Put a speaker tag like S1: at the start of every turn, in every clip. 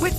S1: With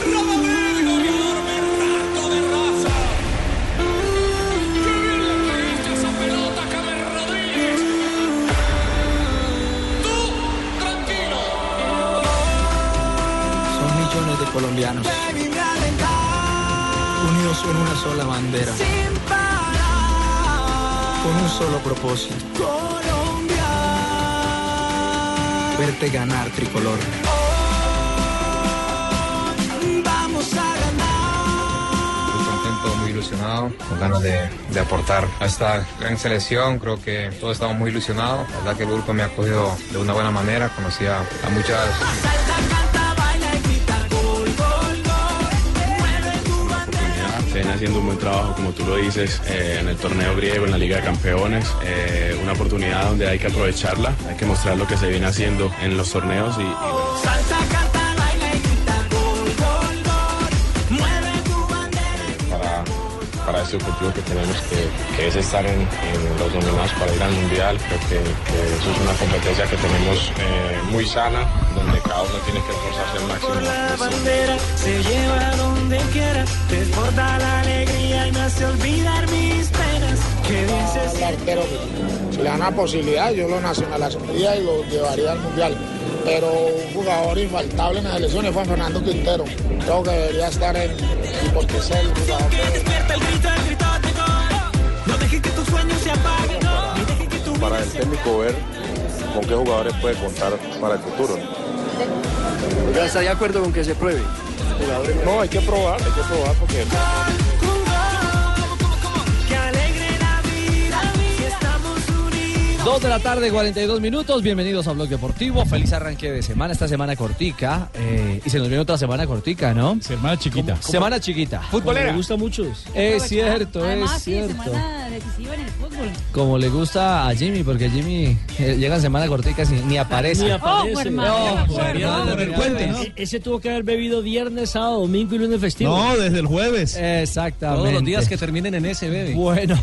S2: Radamel, goleador berraco de raza. ¡Qué bien le pediste esa pelota, James Rodríguez! ¡Tú, tranquilo!
S3: Son millones de colombianos unidos en una sola bandera, con un solo propósito, verte ganar tricolor.
S4: Vamos a
S5: Muy contento, muy ilusionado, con ganas de, de aportar a esta gran selección. Creo que todos estamos muy ilusionados. La verdad que el grupo me ha acogido de una buena manera. Conocí a, a muchas
S6: oportunidad. Estén haciendo un buen trabajo, como tú lo dices, eh, en el torneo griego, en la Liga de Campeones. Eh, una oportunidad donde hay que aprovecharla, hay que mostrar lo que se viene haciendo en los torneos y- y
S4: Salta, canta, baila y grita gol, gol, gol. Mueve tu
S7: para, para este objetivo que tenemos, que, que es estar en, en los nominados para ir al Mundial. Creo que, que eso es una competencia que tenemos eh, muy sana, donde cada uno tiene que esforzarse al máximo.
S4: la bandera se lleva donde quiera. Desborda la alegría y me hace olvidar mis penas. ¿Qué dices?
S8: El arquero, si le dan la posibilidad, yo lo nacionalizaría y lo llevaría al mundial. Pero un jugador infaltable en las elecciones fue Fernando Quintero. Creo que debería estar en el porque es el jugador.
S4: Que despierta el grito, el grito de gol. No dejes que tus sueños se apaguen. no. Ni dejes que tu
S9: para el técnico ver con qué jugadores puede contar para el futuro.
S10: Ya está de acuerdo con que se pruebe.
S9: No, hay que probar, hay que probar porque...
S4: que alegre la vida. Si estamos unidos.
S11: Dos de la tarde, 42 minutos. Bienvenidos a Blog Deportivo. Feliz arranque de semana. Esta semana cortica. eh, y se nos viene otra semana cortica, ¿no? Semana chiquita. Semana chiquita.
S12: Futbolera.
S11: Como le gusta a muchos. Es cierto,
S13: Además,
S11: es
S13: sí,
S11: cierto.
S13: semana decisiva en el fútbol.
S11: Como le gusta a Jimmy, porque Jimmy eh, llega en semana cortica y ni aparece.
S12: Ni aparece.
S13: Oh,
S11: No,
S12: por
S11: perdón,
S12: el puente, ¿no? E- Ese tuvo que haber bebido viernes, sábado, domingo y lunes festivo.
S11: No, desde el jueves. Exactamente.
S12: Todos los días que
S11: terminen en ese, bebé. Bueno,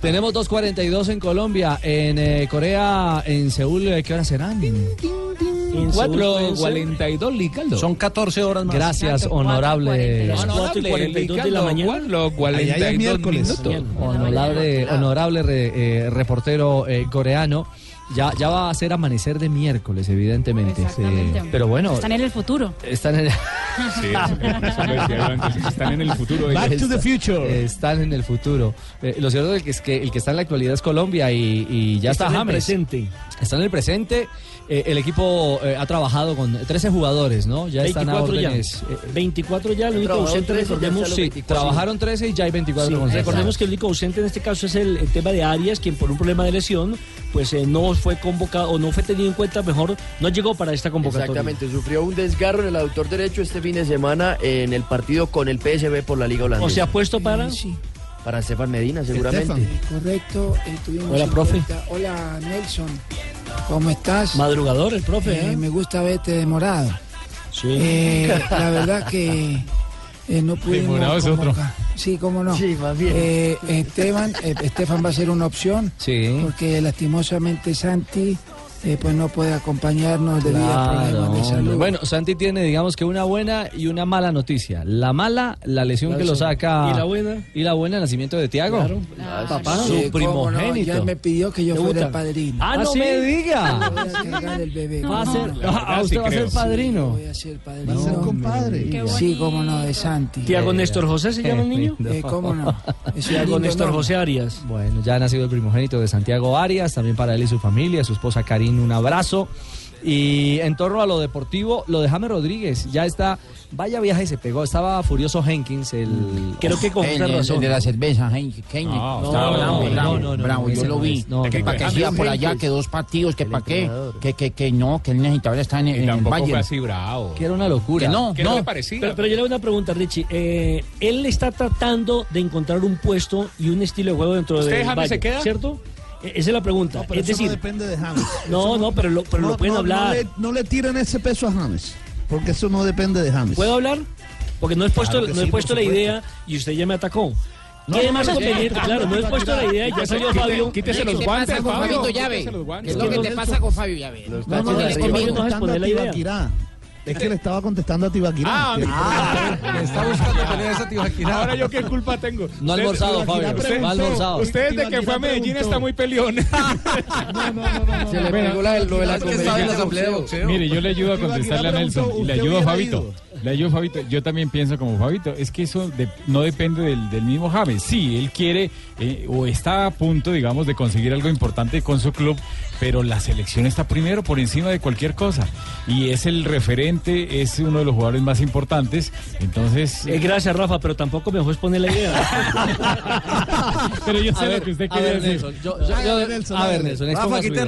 S11: tenemos 2.42 en Colombia. En eh, Corea, en Seúl, eh, ¿qué hora serán?
S12: En Seúl pueden ser-
S11: 4.42, Licaldo. Son 14 horas
S12: más.
S11: Gracias,
S12: Exacto,
S11: honorable.
S12: 4:42. Las 4 y 42 de la mañana.
S11: Honorable,
S12: Allá ya es miércoles.
S11: minutos. Honorable, honorable re- eh, reportero eh, coreano. Ya, ya va a ser amanecer de miércoles, evidentemente. Sí. Pero bueno,
S13: Están en el futuro.
S11: están en están en el futuro.
S13: Back
S11: to the future. Están en el futuro. Eh, lo cierto es que, es que el que está en la actualidad es Colombia y, y ya
S12: Está
S11: está
S12: en el
S11: James.
S12: presente.
S11: Está en el presente. Eh, el equipo eh, ha trabajado con 13 jugadores, ¿no? Ya están a
S12: 24 ya.
S11: órdenes. eh,
S12: 24 ya, el único
S11: Trabajaron
S12: ausente,
S11: 13,
S12: recordemos.
S11: ya está el Sí, 24. trabajaron 13 y ya hay 24 con seis.
S12: Recordemos que el único ausente en este caso es el, el tema de Arias, quien por un problema de lesión, pues eh, no fue convocado o no fue tenido en cuenta, mejor, no llegó para esta convocatoria.
S10: Exactamente, sufrió un desgarro en el autor derecho este fin de semana en el partido con el PSV por la Liga Holandesa.
S12: O sea, puesto para.
S10: para Estefan Medina, seguramente.
S14: Eh, Correcto, eh, tuvimos
S10: Hola,
S14: en
S10: profe.
S14: cuenta- Hola, Nelson. ¿Cómo estás?
S12: Madrugador, el profe,
S14: Eh,
S12: ¿eh?
S14: Me gusta verte demorado.
S12: Sí.
S14: Eh, la verdad que eh, no pudimos.
S11: Demorado es otro.
S14: convocar. Sí, cómo no. eh, Sí, más bien. Esteban, eh, Estefan va a ser una opción.
S11: Sí.
S14: Porque lastimosamente Santi
S7: eh, pues no puede acompañarnos debido a problemas de salud.
S11: Bueno, Santi tiene, digamos que una buena y una mala noticia. La mala, la lesión
S7: La
S11: que lo
S7: lesión.
S11: saca.
S7: ¿Y la
S11: buena? Y la buena, el nacimiento de Tiago.
S7: Claro.
S11: Papá,
S7: Sí,
S11: su
S7: cómo no,
S11: primogénito.
S7: ya me pidió que yo
S11: ¿Le
S7: fuera
S11: gusta?
S7: el padrino.
S11: Ah, no me diga.
S7: Voy a cargar el bebé.
S11: Va a
S7: ¿cómo
S11: ser-
S7: no?
S11: La verdad, Ah, usted sí va a ser creo. padrino.
S7: Sí, voy a ser padrino. Va a ser compadre.
S12: Qué
S7: Sí, cómo no, de Santi.
S12: ¿Tiago Néstor José se llama el niño?
S7: Eh, cómo no. Es un
S12: Tiago
S7: lindo
S12: Néstor
S7: nombre.
S12: José Arias.
S11: Bueno, ya ha nacido el primogénito de Santiago Arias, también para él y su familia, su esposa Karin, un abrazo. Y en torno a lo deportivo, lo de James Rodríguez, ya está, vaya viaje se pegó, estaba furioso Jenkins, el...
S12: Creo que con
S14: el,
S12: justa
S14: el-
S12: razón.
S14: el de la cerveza, Heinz- Heinz.
S11: No,
S14: Estaba
S11: no,
S14: bravo,
S11: no,
S14: bravo,
S11: no, no,
S14: bravo,
S11: no,
S14: yo
S11: ese
S14: lo
S11: no
S14: vi.
S11: es, no,
S14: que
S11: no,
S14: para
S11: no.
S14: que siga
S11: James
S14: por allá,
S11: Heinz.
S14: que dos partidos, que para qué, que, que, que no, que él necesitaba estar en, en el Bayern.
S12: bravo.
S11: Que era una locura.
S14: Que no, no.
S12: Pero, pero yo le hago una pregunta, Richie. Eh, él está tratando de encontrar un puesto y un estilo de juego dentro
S3: ¿Usted,
S12: de
S3: James, se queda?
S12: ¿Cierto? E- Esa es la pregunta.
S3: No, pero
S12: es
S3: eso
S12: decir,
S3: no depende de James.
S12: no, no, pero lo, pero lo pueden hablar.
S3: le, no le tiran ese peso a James, porque eso no depende de James.
S12: ¿Puedo hablar? Porque no he puesto,
S3: Claro que
S12: no he
S3: sí,
S12: puesto
S3: por
S12: la
S3: supuesto.
S12: idea y usted ya me atacó.
S3: No,
S12: ¿Qué
S3: no,
S12: más
S3: no,
S12: conveniente?
S3: no,
S12: claro,
S3: no,
S12: no he
S3: no,
S12: puesto la idea y ya
S3: quítese-
S12: salió
S3: quítese-
S12: Fabio.
S3: quítese los
S14: ¿Qué pasa con Fabio Llave? ¿Qué es lo que te pasa con Fabio Llave?
S3: No, no,
S14: Los
S3: no,
S14: taches
S3: es
S14: de
S3: que le
S14: conmigo.
S3: estaba contestando a Tibaquirá. Es que le estaba contestando a Tibaquirá.
S14: Ah,
S3: Que-
S11: Le está buscando peleas a Tibaquirá.
S15: Ahora yo qué culpa tengo.
S11: No ha
S15: Usted-
S11: almorzado, Fabio,
S15: Tibaquirá
S11: no ha
S15: preguntó.
S11: almorzado.
S15: Usted desde que fue a Medellín está muy peleón.
S14: Se le pegó la, lo de la conferencia.
S16: Mire, yo le ayudo a contestarle a Nelson y le ayudo a
S14: hubiera
S16: Fabito. Le ayudo a Fabito. Yo también pienso como Fabito. Es que eso de- no depende del, del mismo James. Sí, él quiere eh, o está a punto, digamos, de conseguir algo importante con su club, pero la selección está primero por encima de cualquier cosa. Y es el referente, es uno de los jugadores más importantes. Entonces.
S12: Eh, gracias, Rafa, pero tampoco me dejó exponer la idea.
S16: pero yo
S12: A
S16: sé
S12: ver,
S16: lo que usted
S12: a
S16: quiere
S12: ver,
S16: decir.
S12: Nelson, yo- yo- yo- a ver, Nelson, exponga su idea.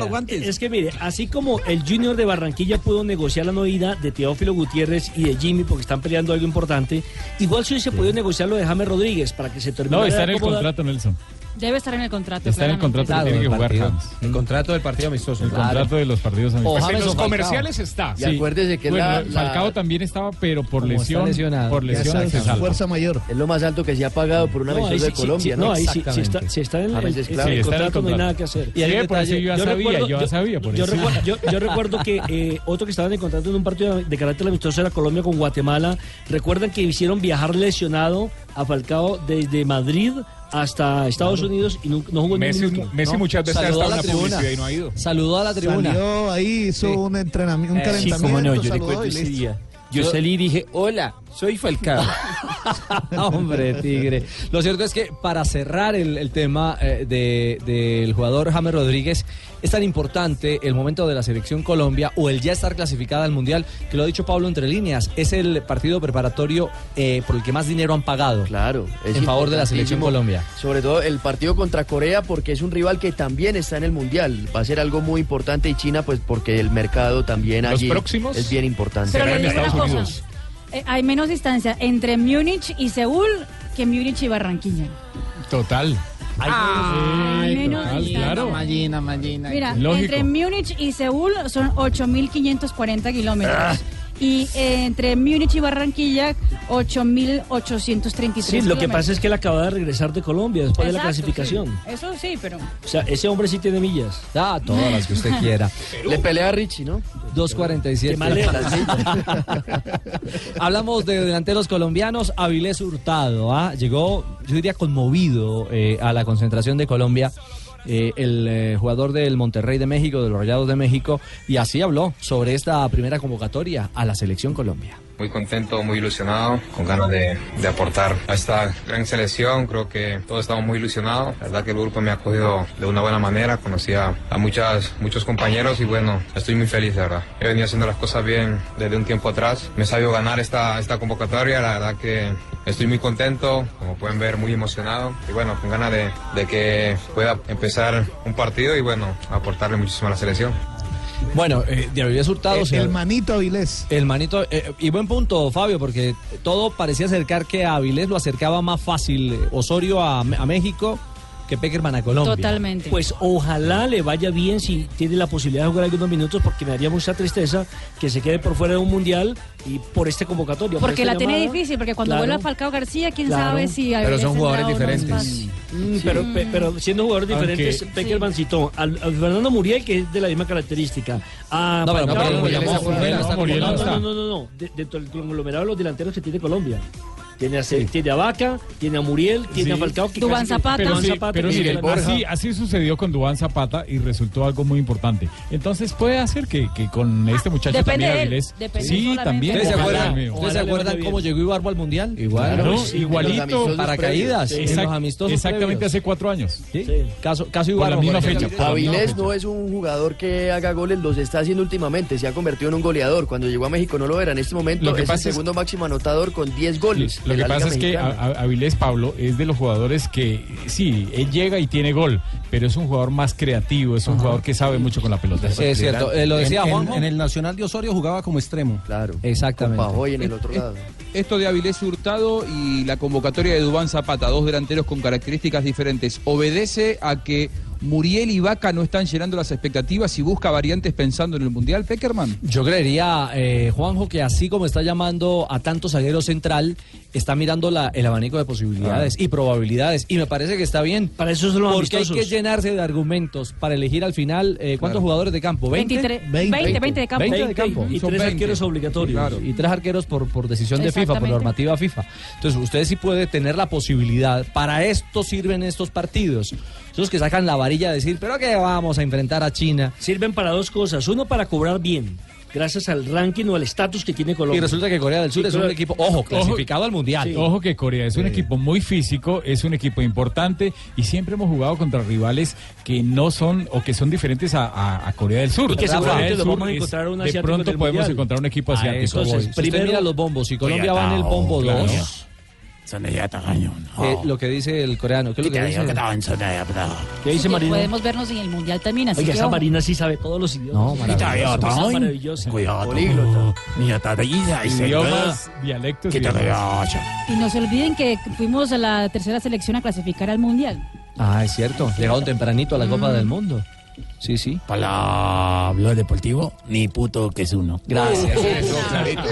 S12: Es que mire, así como el Junior de Barranquilla pudo negociar la novedad de Teófilo Gutiérrez y de Jimmy porque están peleando algo importante, igual si hubiese podido negociar lo de James Rodríguez para que se termine.
S16: No, está en el contrato, Nelson.
S13: Debe estar en el contrato.
S16: Está en el
S13: claramente.
S16: contrato que tiene que jugar James.
S17: El contrato del partido amistoso.
S16: El contrato de los partidos amistosos.
S17: Pues en los comerciales está.
S16: Sí.
S17: Y acuérdese
S12: que
S16: Bueno,
S12: la- la-
S16: Falcao también estaba, pero por
S12: Como está
S16: lesión.
S12: lesionado.
S16: Por
S12: Ya
S16: lesión
S12: sabe,
S16: se
S12: su
S16: salva.
S12: fuerza
S3: mayor.
S10: Es lo más alto que se ha pagado por una
S12: No, ahí
S10: misión
S12: sí,
S10: de
S12: sí,
S10: Colombia.
S12: sí, no, ahí sí, sí está- sí está en el-
S10: A veces,
S12: el-
S10: claro.
S12: sí,
S10: el
S12: está
S10: contrato
S12: en el
S10: no hay
S12: contrato.
S10: nada que hacer.
S12: Y
S16: Sí,
S12: hay un
S16: por
S12: detalle,
S16: eso yo ya
S12: yo
S16: sabía,
S12: recuerdo-
S16: yo ya sabía. por
S12: Yo
S16: eso.
S12: recuerdo, yo, yo recuerdo que eh, otro que estaba en el contrato en un partido de carácter amistoso era Colombia con Guatemala. Recuerdan que hicieron viajar lesionado a Falcao desde Madrid hasta Estados Unidos y nu- no, jugó ni un
S15: Messi-
S12: minuto.
S15: Messi
S12: ¿no?
S15: muchas veces ha
S12: Saludó a
S15: estado
S12: la
S15: en la
S12: tribuna.
S15: publicidad y no ha ido.
S11: Saludó a la tribuna.
S3: Salió ahí, hizo un entrenamiento, un
S17: Eh, sí,
S3: calentamiento.
S17: cómo no, yo le
S3: saludó
S17: cuento
S3: y
S17: ese
S3: listo.
S17: día. Yo salí y dije, hola, soy Falcao.
S11: Hombre, tigre. Lo cierto es que para cerrar el, el tema eh, de- del jugador James Rodríguez, es tan importante el momento de la selección Colombia o el ya estar clasificada al Mundial, que lo ha dicho Pablo entre líneas, es el partido preparatorio eh, por el que más dinero han pagado.
S10: Claro.
S11: En favor de la selección
S10: importantísimo.
S11: Colombia.
S10: Sobre todo el partido contra Corea porque es un rival que también está en el Mundial. Va a ser algo muy importante y China pues porque el mercado también
S17: Los
S10: allí
S17: próximos
S10: es bien importante.
S17: serán
S13: Pero le digo una cosa, eh, hay menos distancia entre Múnich y Seúl que Múnich y Barranquilla.
S16: Total.
S13: Ay,
S16: Sí,
S13: menos
S16: total,
S13: distancia.
S16: claro.
S14: Mallina, Mallina.
S13: Mira,
S16: Lógico.
S13: entre Múnich y Seúl son 8.540 kilómetros.
S14: Ah.
S13: Y eh, entre Múnich y Barranquilla, 8.833
S12: Sí, lo que
S13: kilómetros.
S12: pasa es que él acaba de regresar de Colombia después de la
S13: Exacto,
S12: clasificación.
S13: sí. Eso sí, pero...
S12: O sea, ese hombre sí tiene millas.
S11: Ah, todas las que usted quiera.
S10: Le pelea a Richie, ¿no?
S11: 2.47.
S10: Qué mal le-
S11: Hablamos de delanteros colombianos. Avilés Hurtado ¿ah? llegó, yo diría, conmovido eh, a la concentración de Colombia. eh, el eh, jugador del Monterrey de México, de los Rayados de México, y así habló sobre esta primera convocatoria a la selección Colombia.
S5: Muy contento, muy ilusionado, con ganas de, de aportar a esta gran selección. Creo que todos estamos muy ilusionados. La verdad que el grupo me ha acogido de una buena manera. Conocí a, a muchas, muchos compañeros y bueno, estoy muy feliz, la verdad. He venido haciendo las cosas bien desde un tiempo atrás. Me he sabido ganar esta, esta convocatoria. La verdad que estoy muy contento, como pueden ver, muy emocionado. Y bueno, con ganas de, de que pueda empezar un partido y bueno, aportarle muchísimo a la selección.
S11: Bueno, eh, de Avilés Hurtado.
S5: El- el
S11: manito Avilés. El manito. eh, y buen punto, Fabio, porque todo parecía acercar que a Avilés lo acercaba más fácil eh, Osorio a, a México que Peckerman a Colombia.
S13: Totalmente.
S12: Pues ojalá le vaya bien si tiene la posibilidad de jugar algunos minutos, porque me daría mucha tristeza que se quede por fuera de un mundial y por este convocatorio. por
S13: Porque
S12: esta
S13: la tiene
S12: llamada.
S13: difícil, porque cuando
S12: Claro.
S13: vuelva Falcao García, quién
S12: Claro.
S13: sabe si...
S12: Pero son
S13: Avilés
S12: jugadores
S13: tendrá o no
S12: diferentes.
S13: espacio.
S12: Mm, Pero, pe- pero siendo jugadores
S11: Aunque-
S12: diferentes, Peckerman citó al, al Fernando Muriel, que es de la misma característica. A
S11: Ah, No, pero-
S12: Falcao,
S11: no, pero Muriel está
S12: Muriel
S11: fuera,
S12: no,
S11: está Muriel
S12: no,
S11: no
S12: no,
S11: está.
S12: no, no, no, de- dentro del conglomerado de los delanteros que tiene Colombia. Tiene a, Ce- tiene a Vaca, tiene a Muriel, tiene
S16: Sí.
S12: a Falcao. que casi-
S16: Pero,
S12: Duván
S16: sí,
S12: Zapata,
S16: pero
S12: que
S16: mire,
S12: es de la-
S16: así, así sucedió con Dubán Zapata y resultó algo muy importante. Entonces puede hacer que, que con este muchacho
S11: Ah, Depende
S16: también
S11: de él,
S16: Avilés-
S11: depende
S16: Sí,
S11: solamente
S16: también.
S11: de él. ¿Ustedes se
S16: ojalá,
S11: acuerdan-
S16: mío.
S11: ustedes se acuerdan cómo llegó Ibarbo al Mundial?
S16: Igual,
S11: Claro,
S16: ¿no?
S11: sí, en los
S16: igualito.
S11: amistosos Paracaídas, en
S16: Exact-
S11: los amistosos
S16: Exactamente
S11: previos.
S16: hace cuatro años.
S11: ¿Sí? Caso, caso
S16: Por
S11: Ibarbo.
S16: la misma
S11: por
S16: fecha.
S11: ejemplo.
S10: Avilés no es un jugador que haga goles, los está haciendo últimamente, se ha convertido en un goleador. Cuando llegó a México no lo era, en este momento
S16: Lo que
S10: es
S16: pasa
S10: el
S16: es-
S10: segundo máximo anotador con 10 goles.
S16: Lo
S10: de la
S16: que pasa
S10: Liga
S16: es que
S10: Mexicana.
S16: a- a- Avilés Pablo es de los jugadores que, sí, él llega y tiene gol, pero es un jugador más creativo, es un jugador que sabe mucho con la pelota.
S9: Sí, es cierto. Eh, lo decía
S16: En- en-
S9: Juan.
S16: en
S9: En el Nacional de Osorio jugaba como extremo.
S10: Claro.
S9: Exactamente.
S10: Pajoy en el otro
S9: Eh, eh,
S10: lado.
S18: Esto de Avilés Hurtado y la convocatoria de Dubán Zapata, dos delanteros con características diferentes, obedece a que Muriel y Vaca no están llenando las expectativas y busca variantes pensando en el Mundial, Peckerman.
S11: Yo creería, eh, Juanjo, que así como está llamando a tanto zaguero central, está mirando la- el abanico de posibilidades y probabilidades. Y me parece que está bien. Para
S12: eso son los
S11: Porque hay
S12: amistosos.
S11: que llenarse de argumentos para elegir al final eh, cuántos jugadores de campo. ¿20?
S13: 23, 20, 20 de campo.
S11: 20 de campo.
S12: Y tres arqueros obligatorios.
S11: Y tres arqueros por, por decisión de FIFA, por
S12: Exactamente.
S11: normativa FIFA. Entonces, usted sí puede tener la posibilidad. Para esto sirven estos partidos. Esos que sacan la varilla de decir, pero que vamos a enfrentar a China.
S12: Sirven para dos cosas. Uno, para cobrar bien, gracias al ranking o al estatus que tiene Colombia.
S11: Y resulta que Corea del Sur
S12: Sí,
S11: es un
S12: Corea-
S11: equipo, ojo, clasificado al Mundial.
S12: Sí.
S16: Ojo que Corea es un equipo muy físico, es un equipo importante y siempre hemos jugado contra rivales que no son o que son diferentes a, a- a Corea del Sur.
S12: Y que
S16: Corea
S12: seguramente
S16: del
S12: nos
S16: Sur
S12: vamos a encontrar un
S16: De
S12: asiático
S16: pronto
S12: del
S16: podemos
S12: Mundial. Ah,
S16: encontrar un equipo
S11: A
S16: asiático.
S11: eso voy. Si usted mira los bombos, si Colombia va en el bombo 2, Eh, lo que dice el coreano, ¿qué es lo que dice?
S12: ¿Qué dice
S13: Que
S12: Marina?
S13: Podemos vernos en el Mundial también, así
S12: Oiga,
S13: que
S12: esa
S13: ojo.
S12: Marina sí sabe todos los idiomas.
S11: No, maravillosa.
S12: Cosa maravillosa.
S16: Idiomas,
S11: Ah.
S16: dialectos. y demás.
S13: Y no se olviden que fuimos a la tercera selección a clasificar al Mundial.
S11: Ah, es cierto. Llegaron tempranito a la
S13: Mm.
S11: Copa del Mundo. Sí, sí.
S19: Palabra deportivo, ni puto que es uno.
S11: Gracias.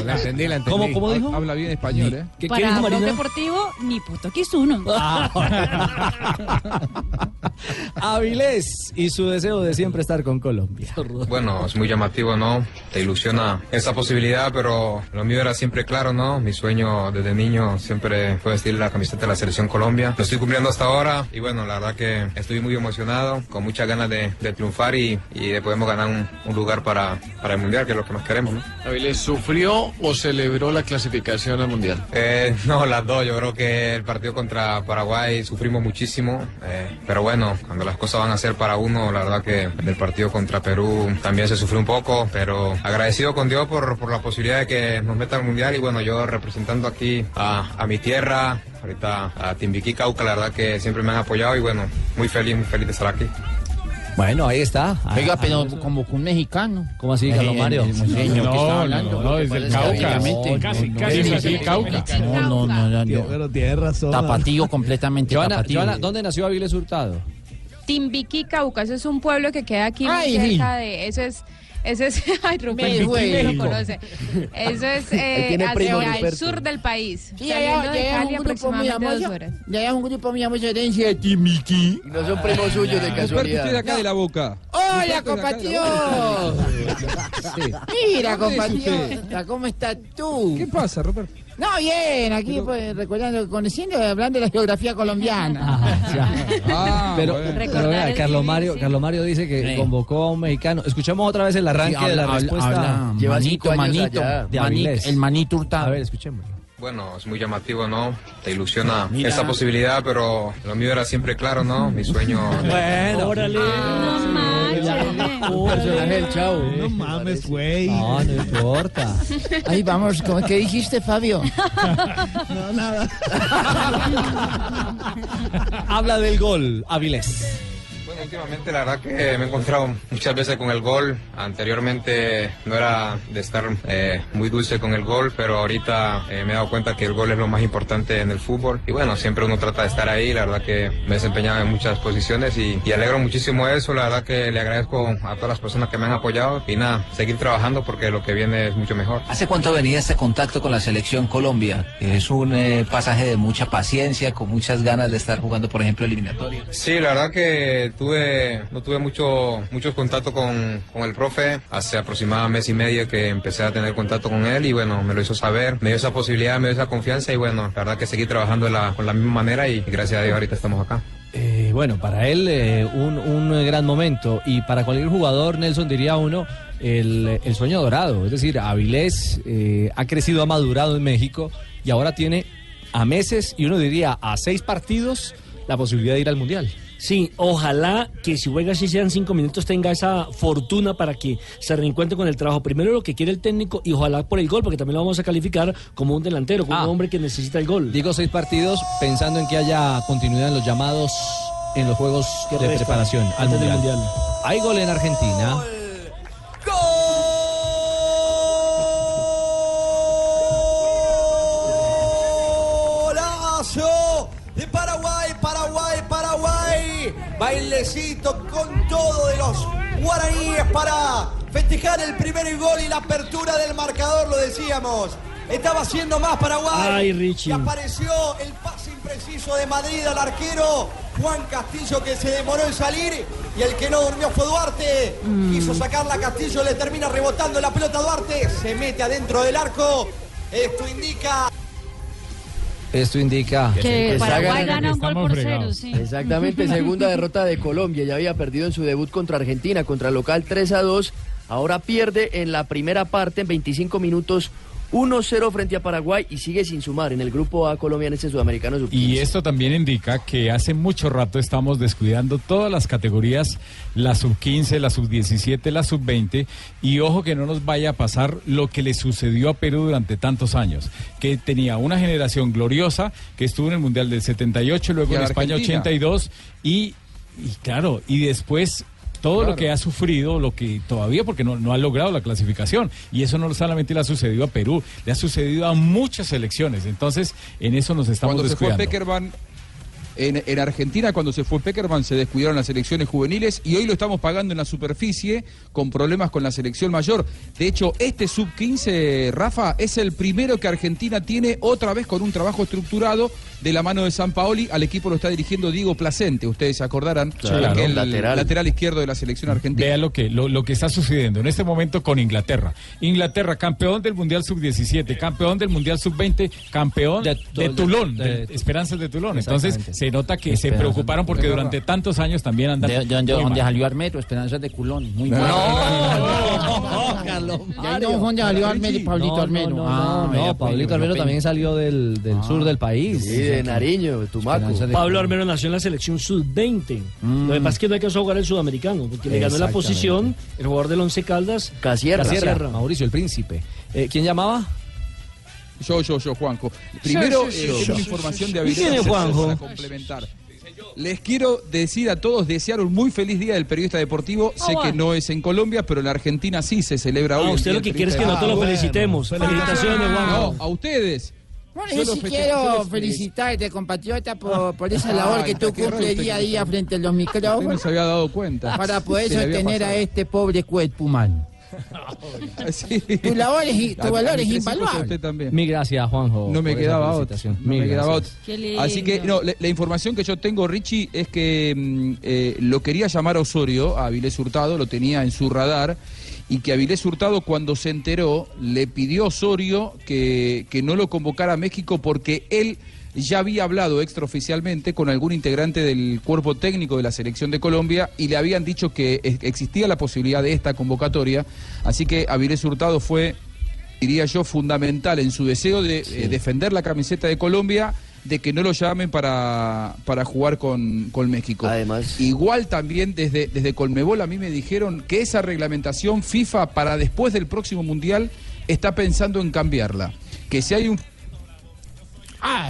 S18: La entendí, la entendí.
S19: ¿Cómo- cómo dijo?
S18: Habla bien español, ¿eh?
S13: Para Blog Deportivo, ni puto que es uno.
S11: Ah, Avilés y su deseo de siempre estar con Colombia.
S5: Bueno, es muy llamativo, ¿no? Te ilusiona esa posibilidad, pero lo mío era siempre claro, ¿no? Mi sueño desde niño siempre fue vestir la camiseta de la Selección Colombia. Lo estoy cumpliendo hasta ahora y bueno, la verdad que estoy muy emocionado, con muchas ganas de, de triunfar y, y de podemos ganar un, un lugar para, para el Mundial, que es lo que más queremos, ¿no?
S17: ¿Avilés sufrió o celebró la clasificación al Mundial?
S5: Eh, no, las dos. Yo creo que el partido contra Paraguay sufrimos muchísimo. eh, pero bueno, cuando las cosas van a ser para uno, la verdad que en el partido contra Perú también se sufrió un poco. Pero agradecido con Dios por, por la posibilidad de que nos meta al mundial. Y bueno, yo representando aquí a, a mi tierra, ahorita a Timbiquí, Cauca, la verdad que siempre me han apoyado. Y bueno, muy feliz, muy feliz de estar aquí.
S11: Bueno, ahí está.
S19: Oiga, pero como que un mexicano.
S11: ¿Cómo así, Carlos Mario?
S19: no,
S16: No,
S19: hablando.
S16: no, no, desde el Cauca.
S19: Obviamente.
S16: Casi, casi, casi, Cauca.
S19: No, no, no, no, no.
S10: tiene razón.
S19: Tapatío completamente.
S10: Joana,
S19: tapatío.
S10: Joana,
S11: ¿dónde nació Avilés Hurtado?
S20: Timbiquí, Cauca, eso es un pueblo que queda aquí muy
S19: Ay, sí.
S20: cerca de, eso es, eso es, ay Rupert,
S19: Me
S20: usted no
S19: duele.
S20: lo conoce, eso es eh,
S19: Ahí tiene
S20: hacia
S19: primo
S20: el
S19: Ruperto.
S20: sur del país,
S19: Y
S20: saliendo
S19: allá,
S20: de
S19: allá hay
S20: Cali
S19: un grupo muy
S20: aproximadamente dos
S19: famoso.
S20: horas.
S19: Y allá hay un grupo muy famoso de de Timiki.
S10: No son primos suyos de
S19: Ruperto,
S10: casualidad.
S19: usted de acá de
S18: la boca.
S19: ¡Hola, compatío! Mira,
S18: ¿Dónde es usted?
S19: compatriota, ¿cómo estás tú? ¿Qué
S18: pasa, Roberto?
S19: No, bien, aquí pues, recordando, conociendo, hablando de la geografía colombiana.
S11: pero
S19: bueno.
S11: pero
S19: Recordar
S11: vea,
S19: el
S11: Carlos Mario, Carlos Mario dice que convocó a un mexicano. Escuchemos otra vez el arranque
S19: Sí, habla-
S11: de la
S19: habla-
S11: respuesta.
S19: habla manito, manito,
S11: de
S19: manito,
S11: Avilés.
S19: el manito hurtado.
S11: A ver, escuchemos.
S5: Bueno, es muy llamativo, ¿no? Te ilusiona
S19: Mira.
S5: esa posibilidad, pero lo mío era siempre claro, ¿no? Mi sueño.
S11: Bueno, órale.
S19: Un personaje del chavo. Ah, No
S10: mames,
S19: güey.
S11: No, no importa.
S19: Ahí vamos, ¿cómo- ¿qué dijiste, Fabio?
S10: No, nada.
S11: Habla del gol, Avilés.
S5: Bueno, Últimamente la verdad que me he encontrado muchas veces con el gol. Anteriormente no era de estar eh, muy dulce con el gol, pero ahorita eh, me he dado cuenta que el gol es lo más importante en el fútbol. Y bueno, siempre uno trata de estar ahí. La verdad que me he desempeñado en muchas posiciones y, y alegro muchísimo eso. La verdad que le agradezco a todas las personas que me han apoyado. Y nada, seguir trabajando porque lo que viene es mucho mejor.
S1: ¿Hace cuánto venía este contacto con la selección Colombia? Es un eh, pasaje de mucha paciencia, con muchas ganas de estar jugando, por ejemplo, eliminatoria.
S5: Sí, la verdad que tuve, no tuve mucho, muchos contactos con, con el profe. Hace aproximadamente mes y medio que empecé a tener contacto con él y bueno, me lo hizo saber. Me dio esa posibilidad, me dio esa confianza y bueno, la verdad que seguí trabajando de la- con la misma manera y gracias a Dios ahorita estamos acá.
S11: Eh, bueno, para él eh, un, un, eh, gran momento y para cualquier jugador, Nelson diría uno, el, el sueño dorado. Es decir, Avilés eh, ha crecido, ha madurado en México y ahora tiene a meses y uno diría a seis partidos la posibilidad de ir al Mundial.
S12: Sí, ojalá que si juega así sean cinco minutos tenga esa fortuna para que se reencuentre con el trabajo. Primero lo que quiere el técnico y ojalá por el gol, porque también lo vamos a calificar como un delantero, como un hombre que necesita el gol.
S11: Ah. Digo seis partidos pensando en que haya continuidad en los llamados, en los juegos de
S12: restan
S11: preparación al
S12: antes del
S11: mundial.
S12: Mundial.
S11: Hay gol en Argentina.
S21: golazo de Paraguay, Paraguay, Paraguay. Bailecito con todo de los guaraníes para festejar el primer gol y la apertura del marcador, lo decíamos. Estaba haciendo más Paraguay.
S12: Ay, Richie.
S21: Y apareció el pase impreciso de Madrid al arquero Juan Castillo que se demoró en salir y el que no durmió fue Duarte.
S11: Mm.
S21: Quiso sacarla Castillo, le termina rebotando la pelota a Duarte. Se mete adentro del arco. Esto indica
S11: Esto indica
S13: Que Paraguay gana un gol por cero, sí.
S10: Exactamente, Exactamente, segunda segunda derrota de Colombia. Ya había perdido en su debut contra Argentina, contra el local 3 a 2. Ahora pierde en la primera parte, en 25 minutos, 1-0 frente a Paraguay y sigue sin sumar en el grupo A Colombia en este sudamericano. sub-
S16: Y esto también indica que hace mucho rato estamos descuidando todas las categorías, la sub 15, la sub 17, la sub 20, y ojo que no nos vaya a pasar lo que le sucedió a Perú durante tantos años, que tenía una generación gloriosa que estuvo en el Mundial del 78, luego
S15: Y a
S16: en
S15: la
S16: España
S15: Argentina.
S16: 82 y, y claro, y después todo lo
S15: Claro.
S16: que ha sufrido, lo que todavía, porque no, no ha logrado la clasificación. Y eso no solamente le ha sucedido a Perú, le ha sucedido a muchas selecciones. Entonces, en eso nos estamos
S18: cuando se fue
S16: descuidando.
S18: Peckerman en, en Argentina, cuando se fue Peckerman, se descuidaron las selecciones juveniles y hoy lo estamos pagando en la superficie con problemas con la selección mayor. De hecho, este sub-15, Rafa, es el primero que Argentina tiene otra vez con un trabajo estructurado de la mano de San Paoli. Al equipo lo está dirigiendo Diego Placente, ustedes se acordarán,
S16: Claro,
S18: aquel
S16: lateral.
S18: lateral izquierdo de la selección argentina.
S16: Vea lo que, lo, lo que está sucediendo en este momento con Inglaterra. Inglaterra, campeón del Mundial Sub-17, campeón del Mundial Sub-20, campeón de,
S15: de-
S16: Tulón,
S15: de-
S16: de Esperanzas de Tulón.
S15: Exactamente.
S16: Entonces, se nota que se
S15: Esperanzas.
S16: preocuparon porque
S15: Es
S16: durante tantos años también andan.
S14: De, de donde,
S16: muy
S14: donde
S16: mal.
S14: salió Armeto, Esperanzas de Culón. Muy
S16: No,
S14: mal.
S19: Ya no, ¿dónde salió Armero, Pablito
S11: no,
S19: Armero?
S11: No,
S19: Ah,
S11: no,
S19: vea, pues,
S11: Pablito Armero
S19: Peña.
S11: también salió del, del sur del país.
S10: Sí, de Nariño, de Tumaco.
S12: Pablo Armero nació en la selección sub-20. Lo que pasa es que no alcanzó a jugar el sudamericano, porque le ganó la
S11: Mm. Exactamente.
S12: posición el jugador del Once Caldas,
S10: Casierra.
S12: Casierra.
S11: Mauricio el Príncipe. Eh, ¿Quién llamaba?
S18: Yo, yo, yo, Juanjo. Primero,
S11: Sí, sí,
S18: eh,
S11: sí,
S18: tengo
S11: sí,
S18: información de
S11: sí, sí.
S18: habilidad
S11: ¿Y quién es Juanjo?
S18: para complementar. Les quiero decir a todos, desear un muy feliz día del periodista deportivo.
S12: Ah,
S18: sé que
S12: bueno.
S18: no es en Colombia, pero en la Argentina sí se celebra
S12: Ah,
S18: hoy. el
S12: usted
S18: Día
S12: lo
S18: del
S12: que quiere es que
S18: Periodista
S12: nosotros lo
S18: Deportivo. Ah,
S12: felicitemos. Felicitaciones, Juanjo.
S18: No, a ustedes.
S19: Bueno,
S18: Yo
S19: yo
S18: los
S19: sí
S18: felicito, yo
S19: quiero
S18: los felicito.
S19: felicitarte, compatriota, por, por esa labor
S18: Ay,
S19: que tú
S18: qué raro
S19: cumples
S18: usted
S19: día a
S18: que-
S19: día frente a los
S18: Usted no
S19: micrófonos
S18: se había dado cuenta.
S19: para poder
S18: Se le había
S19: sostener a
S18: pasado.
S19: este pobre cuerpo humano.
S18: Sí.
S19: Tu labor es- tu
S18: A- a
S19: valor
S18: mis
S19: es
S18: tres hijos y a
S19: invaluable.
S18: usted también.
S11: Mi gracias, Juanjo.
S18: No me
S11: por esa
S18: quedaba otra.
S11: felicitación.
S18: no
S11: Mil
S18: me quedaba
S11: gracias.
S18: otra.
S13: Qué lindo.
S18: Así que no, la, la información que yo tengo, Richie, es que mm, eh, lo quería llamar a Osorio, a Avilés Hurtado, lo tenía en su radar, y que Avilés Hurtado cuando se enteró le pidió a Osorio que, que no lo convocara a México porque él ya había hablado extraoficialmente con algún integrante del cuerpo técnico de la selección de Colombia y le habían dicho que eh, existía la posibilidad de esta convocatoria, así que Avilés Hurtado fue diría yo, fundamental en su deseo de eh, defender la camiseta de Colombia, de que no lo llamen para, para jugar con, con México. Además. Igual también desde, desde Colmebol a mí me dijeron que esa reglamentación FIFA para después del próximo Mundial está pensando en cambiarla. Que si hay un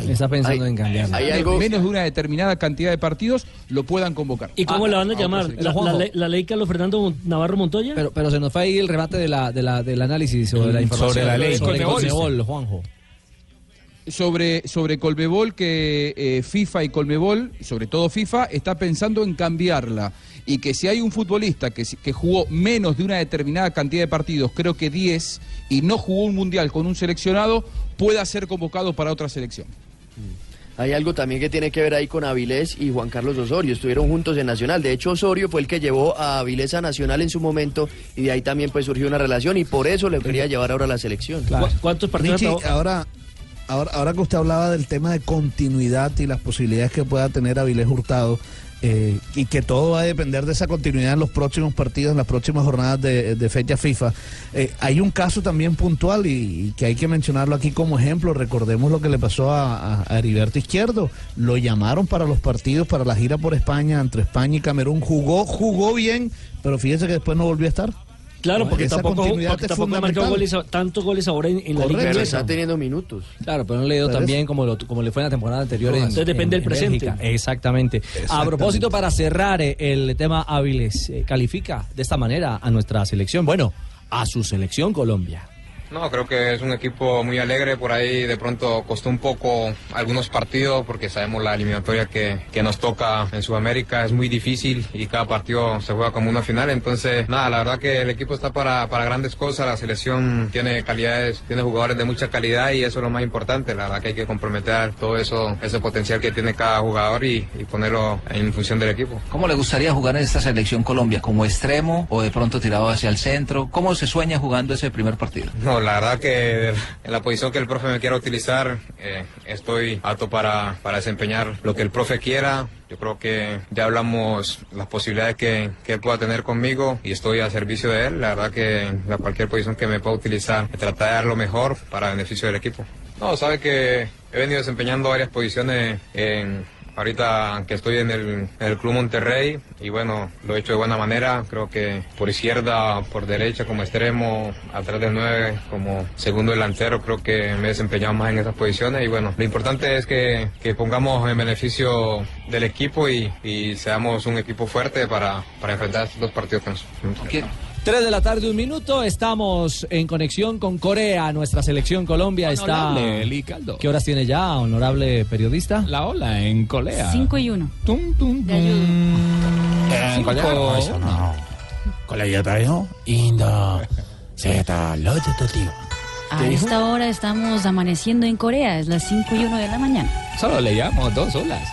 S11: Está pensando en cambiarlo.
S18: Hay algo... Menos de una determinada cantidad de partidos lo puedan convocar. Ah,
S12: ¿Y
S11: Ah,
S12: cómo la van a llamar?
S18: otro
S12: ¿La,
S18: sector.
S12: la ley- la ley Carlos Fernando Mon- Navarro Montoya?
S11: pues, Pero, pero se nos fue ahí el remate de la, de la, del análisis o de la
S18: Mm,
S11: información.
S18: sobre la ley.
S11: Sobre el
S18: Conmebol.
S11: Conmebol, Juanjo.
S18: sobre, sobre Colmebol, que eh, FIFA y Colmebol, sobre todo FIFA, está pensando en cambiarla. Y que si hay un futbolista que, si- que jugó menos de una determinada cantidad de partidos, creo que 10, y no jugó un mundial con un seleccionado, pueda ser convocado para otra selección.
S10: Hay algo también que tiene que ver ahí con Avilés y Juan Carlos Osorio. Estuvieron juntos en Nacional. De hecho, Osorio fue el que llevó a Avilés a Nacional en su momento y de ahí también pues surgió una relación y por eso le quería llevar ahora a la selección.
S12: ¿Cuántos
S10: partidos
S3: Richie,
S10: acabó?
S3: ahora, ahora, ahora que usted hablaba del tema de continuidad y las posibilidades que pueda tener Avilés Hurtado, eh, y que todo va a depender de esa continuidad en los próximos partidos, en las próximas jornadas de, de fecha FIFA. eh, hay un caso también puntual y, y que hay que mencionarlo aquí como ejemplo. Recordemos lo que le pasó a, a- a Heriberto Izquierdo. Lo llamaron para los partidos, para la gira por España, entre España y Camerún. Jugó, jugó bien, pero fíjese que después no volvió a estar.
S12: Claro, porque
S3: Esa
S12: tampoco,
S3: continuidad
S12: porque
S3: es
S12: tampoco marcó
S3: fundamental.
S12: goles, a- tantos goles ahora en, en la Liga
S10: Pero
S12: Inglesa.
S10: está teniendo minutos.
S11: Claro, pero no le dio
S10: Pero
S11: tan bien como, lo- como le fue en la temporada anterior. en-
S12: Entonces depende del
S11: en- en
S12: presente.
S11: Bélgica. Exactamente. A
S12: Exactamente.
S11: propósito, para cerrar eh, el tema Áviles, eh, califica de esta manera a nuestra selección, bueno, a su selección Colombia.
S5: No, creo que es un equipo muy alegre. Por ahí de pronto costó un poco algunos partidos porque sabemos la eliminatoria que, que nos toca en Sudamérica es muy difícil y cada partido se juega como una final. Entonces, nada, la verdad que el equipo está para, para grandes cosas. La selección tiene calidades, tiene jugadores de mucha calidad y eso es lo más importante. La verdad que hay que comprometer todo eso, ese potencial que tiene cada jugador y, y ponerlo en función del equipo.
S1: ¿Cómo le gustaría jugar en esta selección Colombia? ¿Como extremo o de pronto tirado hacia el centro? ¿Cómo se sueña jugando ese primer partido?
S5: No, la verdad que en la posición que el profe me quiera utilizar, eh, estoy apto para, para desempeñar lo que el profe quiera. Yo creo que ya hablamos las posibilidades que, que él pueda tener conmigo y estoy a servicio de él. La verdad que a cualquier posición que me pueda utilizar, tratar de dar lo mejor para beneficio del equipo. No, sabe que he venido desempeñando varias posiciones en, ahorita que estoy en el, en el Club Monterrey y bueno, lo he hecho de buena manera. Creo que por izquierda, por derecha como extremo, atrás del 9 como segundo delantero, creo que me he desempeñado más en esas posiciones y bueno, lo importante es que, que pongamos en beneficio del equipo y, y seamos un equipo fuerte para, para enfrentar estos dos partidos que nos-
S11: Tres de la tarde, un minuto, estamos en conexión con Corea, nuestra selección Colombia está...
S16: Honorable Eli Caldo.
S11: ¿Qué horas tiene ya, honorable periodista?
S16: La ola en Corea.
S13: 5 y 1. De ayuda. Eh,
S16: Cinco.
S22: Indo. Z.
S13: A esta hora estamos amaneciendo en Corea, es las 5 y 1 de la mañana.
S22: Solo le llamo dos olas.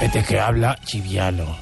S22: Este que habla chiviano.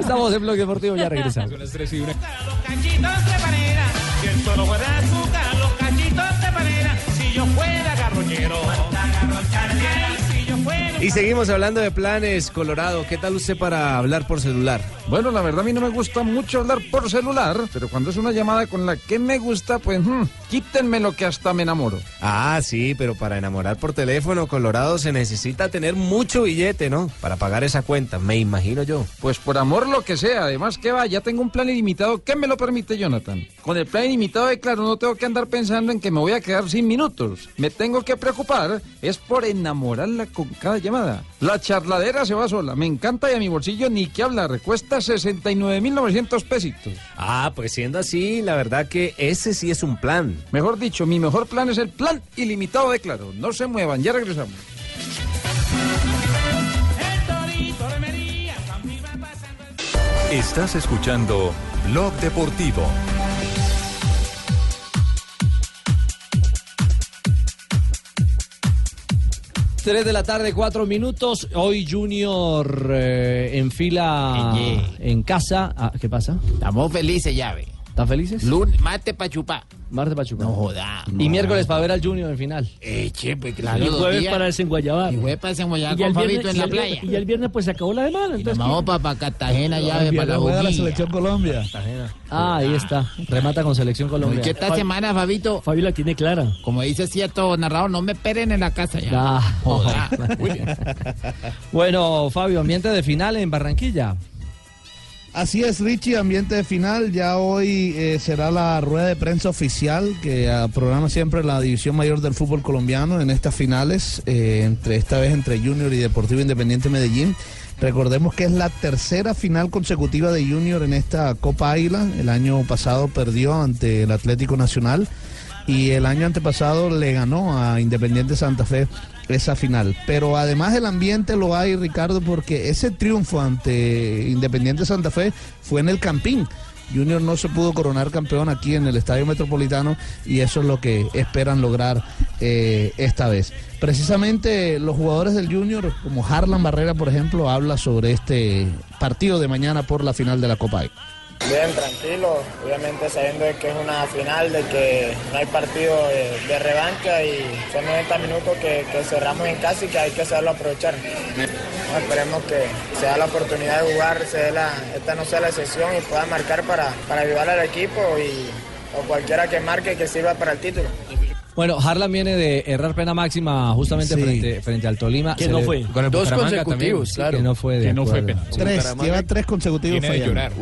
S11: Estamos en Blog Deportivo, ya regresamos.
S23: Cachitos de panera, si el toro fuera azúcar, los cachitos de panera, si yo fuera garroñero. Si yo fuera...
S4: Y seguimos hablando de planes, Colorado. ¿Qué tal usted para hablar por celular?
S24: Bueno, la verdad a mí no me gusta mucho hablar por celular, pero cuando es una llamada con la que me gusta, pues hmm, quítenme lo que hasta me enamoro.
S4: Ah, sí, pero para enamorar por teléfono, Colorado, se necesita tener mucho billete, ¿no? Para pagar esa cuenta, me imagino yo.
S24: Pues por amor lo que sea, además que va, ya tengo un plan ilimitado que me lo permite Jonathan. Con el plan ilimitado de claro, no tengo que andar pensando en que me voy a quedar sin minutos. Me tengo que preocupar, es por enamorarla con cada llamada. La charladera se va sola, me encanta y a mi bolsillo ni que hablar, cuesta 69.900 pesitos.
S4: Ah, pues siendo así, la verdad que ese sí es un plan.
S24: Mejor dicho, mi mejor plan es el plan ilimitado de Claro. No se muevan, ya regresamos.
S25: Estás escuchando Blog Deportivo.
S11: Tres de la tarde, cuatro minutos. Hoy Junior eh, en fila en casa. Ah, ¿Qué pasa?
S19: Estamos felices, llave.
S11: ¿Están felices?
S19: Lunes, mate pa' chupar.
S11: Marte Pachuca. No
S19: joda.
S11: Y miércoles para ver al Junior en final.
S19: Eh,
S26: pues,
S19: chepe,
S12: Y jueves para
S19: desenguayabar. Y jueves para desenguayabar
S12: ya
S19: con
S12: el
S19: Fabito
S12: viernes-
S19: en
S12: y
S19: la
S12: el-
S19: playa.
S12: Y el viernes pues se acabó la demanda. Entonces,
S19: Vamos para Cartagena, llave, para la
S11: Juega
S19: boquilla.
S11: Colombia. Ah, ahí está. Remata con Selección
S19: No,
S11: Colombia.
S19: y que esta semana, Fabito.
S12: Fabio la tiene clara.
S19: Como dice cierto narrador, no me esperen en la casa ya.
S11: Ah.
S19: Joda.
S11: Bueno, Fabio, ambiente de final en Barranquilla.
S3: Así es, Richie, ambiente de final. Ya hoy eh, será la rueda de prensa oficial que ah, programa siempre la División Mayor del Fútbol Colombiano en estas finales, eh, entre esta vez entre Junior y Deportivo Independiente Medellín. Recordemos que es la tercera final consecutiva de Junior en esta Copa Águila. El año pasado perdió ante el Atlético Nacional y el año antepasado le ganó a Independiente Santa Fe esa final. Pero además el ambiente lo hay, Ricardo, porque ese triunfo ante Independiente Santa Fe fue en el Campín. Junior no se pudo coronar campeón aquí en el Estadio Metropolitano y eso es lo que esperan lograr eh, esta vez. Precisamente los jugadores del Junior, como Harlan Barrera, por ejemplo, habla sobre este partido de mañana por la final de la Copa. E. Águila.
S9: Bien, tranquilo, obviamente sabiendo de que es una final, de que no hay partido de, de revancha y son 90 minutos que, que cerramos en casa y que hay que saberlo aprovechar. Bueno, esperemos que se da la oportunidad de jugar, se dé la, esta no sea la sesión y pueda marcar para, para ayudar al equipo y, o cualquiera que marque que sirva para el título.
S11: Bueno, Harlan viene de errar pena máxima justamente
S20: Sí.
S11: frente, frente al Tolima.
S3: Que
S11: Ah, Se
S3: no
S11: le-
S3: fue. Con el Dos Bucaramanga consecutivos, también, sí, claro.
S11: Que no fue. de
S3: Que no fue
S11: acuerdo.
S3: pena.
S11: Sí.
S3: Tres, lleva tres consecutivos
S11: Viene de
S3: fallando.
S11: llorar.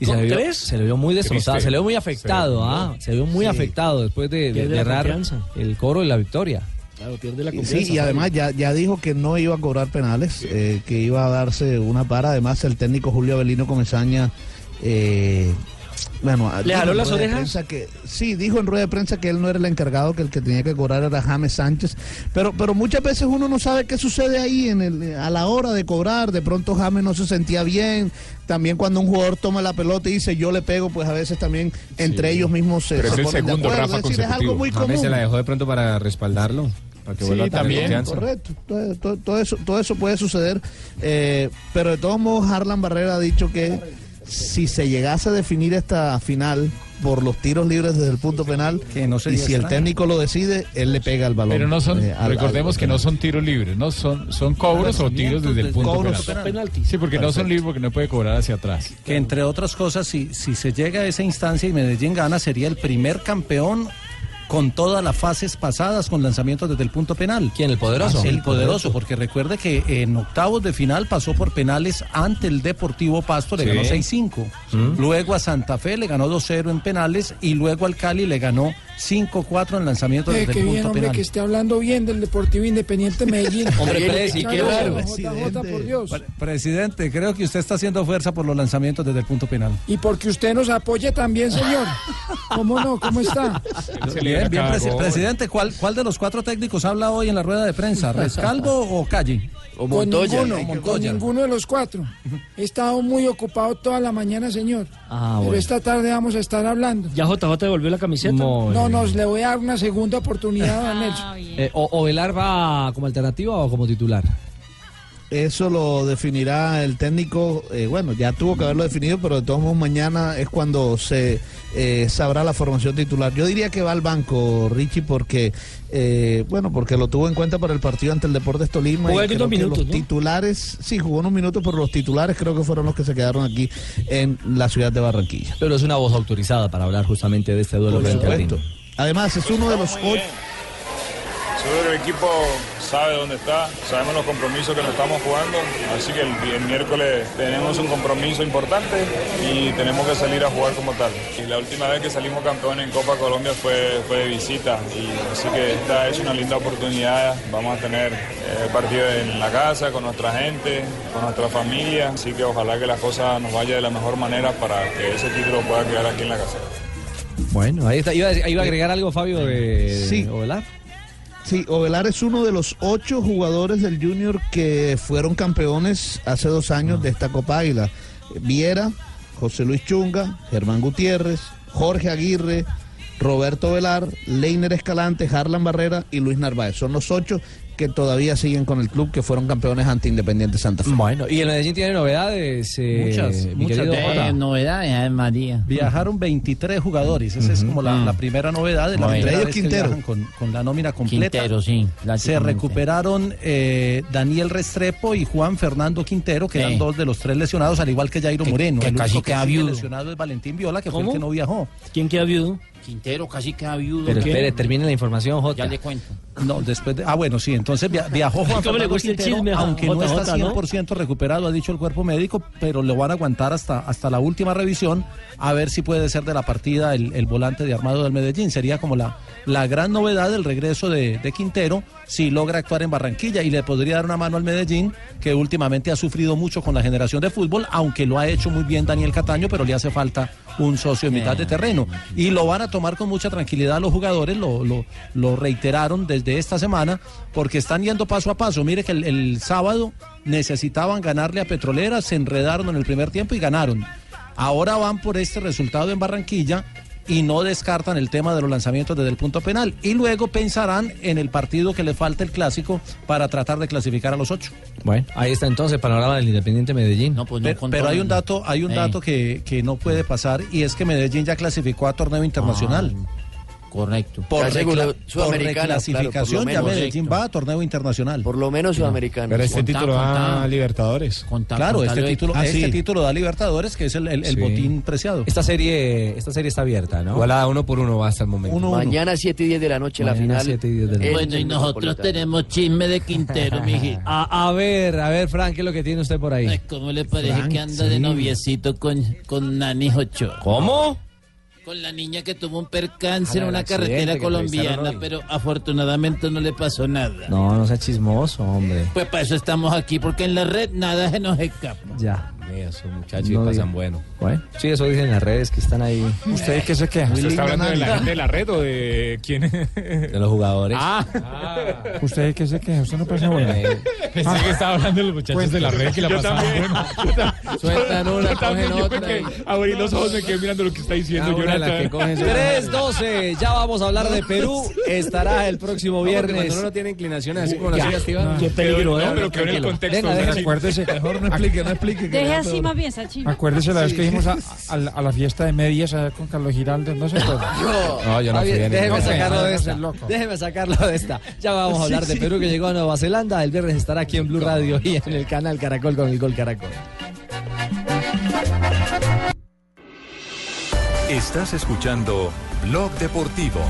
S11: Y se le, vio,
S3: ¿Tres?
S11: se le vio muy destrozado,
S3: Triste.
S11: se le vio muy afectado,
S3: Sí.
S11: ah, se le vio muy
S3: Sí.
S11: afectado después de, de-
S3: Pierde
S11: de
S3: la
S11: errar
S3: confianza.
S11: el coro y la victoria.
S12: Claro, pierde la
S3: Y Sí, y además ya, ya dijo que no iba a cobrar penales, eh, que iba a darse una para. Además, el técnico Julio Avelino Comesaña. eh, bueno,
S12: ¿Le
S3: dijo
S12: jaló
S3: en
S12: las
S3: rueda de
S12: orejas?
S3: prensa Que, sí, dijo en rueda de prensa que él no era el encargado, que el que tenía que cobrar era James Sánchez. Pero, pero muchas veces uno no sabe qué sucede ahí en el, a la hora de cobrar. De pronto James no se sentía bien. También cuando un jugador toma la pelota y dice yo le pego, pues a veces también entre ellos mismos se,
S4: Pero es
S3: se
S4: el
S3: ponen de
S4: segundo,
S3: acuerdo.
S4: Rafa,
S3: Es decir, es algo muy
S4: James
S3: común.
S4: se la dejó de pronto para respaldarlo, para que vuelva a tener confianza.
S3: Correcto, todo, todo- todo eso, todo eso puede suceder, eh, pero de todos modos Harlan Barrera ha dicho que si se llegase a definir esta final por los tiros libres desde el punto penal, y
S16: sería
S3: si el
S16: extraño.
S3: técnico lo decide, él le pega el balón.
S16: Pero no son,
S3: eh, al-
S16: recordemos
S3: al-
S16: que no son tiros libres, no son, son cobros o tiros desde el punto
S27: Cobros
S16: penal.
S27: penaltis.
S16: Sí, porque no son
S27: Perfecto.
S16: libres porque no puede cobrar hacia atrás.
S27: Que entre otras cosas, si, si se llega a esa instancia y Medellín gana, sería el primer campeón con todas las fases pasadas, con lanzamientos desde el punto penal. Ah,
S11: ¿Quién? ¿El poderoso?
S27: el
S11: El poderoso.
S27: poderoso, porque recuerde que en octavos de final pasó por penales ante el Deportivo Pasto, le
S11: Sí.
S27: ganó 6-5.
S11: Mm.
S27: Luego a Santa Fe le ganó 2-0 en penales y luego al Cali le ganó 5-4 en lanzamientos
S14: Eh,
S27: desde
S14: que
S27: el punto
S14: bien, hombre,
S27: penal.
S14: que esté hablando bien del Deportivo Independiente Medellín.
S27: Hombre, Presi,
S14: No,
S27: qué
S14: no,
S27: bárbaro.
S14: JJ, por Dios.
S27: Presidente, creo que usted está haciendo fuerza por los lanzamientos desde el punto penal.
S14: Y porque usted nos apoye también, señor. ¿Cómo no? ¿Cómo está?
S27: Bien, bien,
S14: cada
S27: presi-
S14: gol.
S27: presidente, ¿cuál, ¿cuál de los cuatro técnicos habla hoy en la rueda de prensa? ¿Rescalvo o Calle? O
S14: Con ninguno, con ninguno de los cuatro. He estado muy ocupado toda la mañana, señor.
S12: Ah,
S14: Pero
S12: bueno.
S14: esta tarde vamos a estar hablando.
S12: ¿Ya JJ devolvió la camiseta?
S14: No, nos le voy a dar una segunda oportunidad a Nelson.
S11: Eh, o, ¿O Velar va como alternativa o como titular?
S3: Eso lo definirá el técnico. eh, bueno, ya tuvo que haberlo definido, pero de todos modos mañana es cuando se eh, sabrá la formación titular. Yo diría que va al banco, Richie, porque eh, bueno, porque lo tuvo en cuenta para el partido ante el Deportes Tolima. y
S12: Jugó algunos
S3: creo que
S12: minutos,
S3: los
S12: ¿no?
S3: titulares, sí, jugó unos minutos, pero los titulares creo que fueron los que se quedaron aquí en la ciudad de Barranquilla.
S11: Pero es una voz autorizada para hablar justamente de este duelo
S3: Por
S11: frente al
S3: supuesto.
S11: Tino.
S3: Además, es uno de los ocho.
S28: Seguro el equipo sabe dónde está, sabemos los compromisos que nos estamos jugando, así que el, el miércoles tenemos un compromiso importante y tenemos que salir a jugar como tal. Y la última vez que salimos campeones en Copa Colombia fue, fue de visita, y así que esta es una linda oportunidad, vamos a tener eh, partido en la casa, con nuestra gente, con nuestra familia, así que ojalá que las cosas nos vayan de la mejor manera para que ese título pueda quedar aquí en la casa.
S11: Bueno, ahí está. Iba, a decir- iba a agregar algo, Fabio, de
S3: Sí.
S11: de Ovelar.
S3: Sí, Ovelar es uno de los ocho jugadores del Junior que fueron campeones hace dos años de esta Copa Águila. Viera, José Luis Chunga, Germán Gutiérrez, Jorge Aguirre, Roberto Velar, Leiner Escalante, Harlan Barrera y Luis Narváez. Son los ocho que todavía siguen con el club que fueron campeones ante Independiente Santa Fe.
S11: Bueno, y el Medellín tiene novedades. eh,
S27: Muchas,
S11: mi
S27: muchas
S11: querido Jota.
S27: eh,
S19: novedades, Ave María.
S27: Viajaron 23 jugadores, esa es como la, la primera novedad de la
S19: Bueno.
S27: primera
S19: Entre ellos
S27: vez que
S19: Mm. Quintero.
S27: viajan con, con la nómina completa.
S19: Quintero, sí, la
S27: Se
S19: tiene.
S27: recuperaron eh, Daniel Restrepo y Juan Fernando Quintero, que eran
S19: Sí.
S27: dos de los tres lesionados, al igual que Jairo Moreno.
S19: que
S27: el único
S19: casi
S27: que
S19: queda
S27: sigue
S19: viudo.
S27: lesionado es Valentín Viola, que
S19: ¿Cómo?
S27: fue el que no viajó.
S12: ¿Quién queda viudo?
S19: Quintero casi queda viudo.
S11: Pero
S27: ¿Qué?
S11: espere, termine la información, Jota.
S19: Ya le cuento.
S27: No, después de- Ah, bueno, sí, Entonces via- viajó Juan
S12: ¿Cómo le
S27: Fernando
S12: gusta el
S27: Quintero,
S12: chisme a
S27: aunque no
S12: JJ,
S27: está
S12: no?
S27: 100% recuperado, ha dicho el cuerpo médico, pero lo van a aguantar hasta, hasta la última revisión a ver si puede ser de la partida el, el volante de armado del Medellín. Sería como la, la gran novedad del regreso de, de Quintero si logra actuar en Barranquilla y le podría dar una mano al Medellín, que últimamente ha sufrido mucho con la generación de fútbol, aunque lo ha hecho muy bien Daniel Cataño, pero le hace falta un socio en mitad de terreno. Y lo van a tomar con mucha tranquilidad los jugadores, lo, lo, lo reiteraron desde esta semana, porque están yendo paso a paso. Mire que el, el sábado necesitaban ganarle a Petrolera, se enredaron en el primer tiempo y ganaron. Ahora van por este resultado en Barranquilla y no descartan el tema de los lanzamientos desde el punto penal. Y luego pensarán en el partido que le falta el clásico para tratar de clasificar a los ocho.
S11: Bueno, ahí está entonces el panorama del Independiente Medellín.
S10: pues
S27: Pe- pero, hay un dato, hay un
S11: Eh.
S27: dato que, que no puede pasar y es que Medellín ya clasificó a torneo internacional.
S21: correcto.
S27: Por,
S10: Ah, Ya aseguró
S27: recla-
S10: Sudamericana,
S27: por reclasificación,
S10: claro, por lo
S27: ya
S10: menos.
S27: Medellín va a torneo internacional.
S10: Por lo menos sudamericano.
S22: Pero este título da Libertadores.
S27: Claro, este título,
S22: Ah,
S17: Ah,
S27: este título da Libertadores, que es el, el- el
S22: Sí.
S27: botín preciado. Esta serie, esta serie está abierta, ¿no?
S22: Igualada uno por uno va hasta el momento.
S10: Mañana 7 y 10 de la noche la
S11: Mañana
S10: final.
S11: 7 y 10 de la
S10: en
S11: noche.
S21: Eh, Bueno, y
S10: el
S21: nosotros
S10: Metropolitano.
S21: tenemos chisme de Quintero, mijito.
S11: A, a ver, a ver, Frank, ¿qué es lo que tiene usted por ahí?
S21: ¿Cómo le parece
S11: Frank,
S21: que anda
S11: sí.
S21: de noviecito con, con Nani Ochoa?
S11: ¿Cómo?
S21: Con la niña que tuvo un percance
S11: Ah,
S21: en
S11: el
S21: una
S11: accidente
S21: carretera
S11: que
S21: colombiana,
S11: revisaron hoy.
S21: pero afortunadamente no le pasó nada.
S11: No, no sea chismoso, hombre.
S21: Pues para eso estamos aquí, porque en la red nada se nos escapa.
S11: Ya.
S22: Eso, muchachos,
S11: No
S22: pasan
S11: diga-
S22: bueno.
S11: Bueno, sí, eso dicen las redes que están ahí.
S22: ¿Ustedes qué se quejan?
S11: Muy
S22: ¿Usted está
S11: lindo,
S22: hablando de la
S11: Nani.
S22: gente de la red o de quién? De
S11: los jugadores.
S22: Ah. ¿Ustedes qué se quejan? ¿Usted no pasa bueno?
S16: Pensé que estaba hablando de los muchachos de la red que la
S22: Pues, Yo
S16: pasaban
S22: también.
S16: bueno.
S22: Sueltan una,
S16: Yo también,
S22: cogen
S16: yo
S22: otra
S16: me
S22: y-
S16: quedé- abrí los ojos, me quedé mirando lo que está diciendo
S22: Ah, una de las que cogen son-
S11: 3-12, ya vamos a hablar de Perú. Estará el próximo
S22: No, porque
S11: viernes.
S22: cuando uno no tiene inclinaciones así como las
S11: Ya.
S22: suyas, Esteban.
S11: Qué peligro,
S22: Pero-
S11: eh.
S22: Ah, No, pero que en el
S11: Tranquilo.
S22: contexto.
S11: Venga, déjalo.
S22: Acuérdese.
S11: Mejor
S7: no explique, no explique.
S13: Deje así más bien, Sachin.
S7: Acuérdese la vez
S13: Sí.
S7: que fuimos a, a la- a la fiesta de medias allá con Carlos Giraldo, ¿no se acuerda?
S22: No, yo no
S11: Está
S22: fui
S11: bien,
S22: a ningún
S11: Déjeme
S22: evento.
S11: sacarlo de
S22: No
S11: esta.
S22: seas loco.
S11: Déjeme sacarlo de esta. Ya vamos a
S22: Sí,
S11: hablar de
S22: sí.
S11: Perú que llegó a Nueva Zelanda. El viernes estará aquí en Blue Radio y en el canal Caracol con el Gol Caracol.
S25: Estás escuchando Blog Deportivo.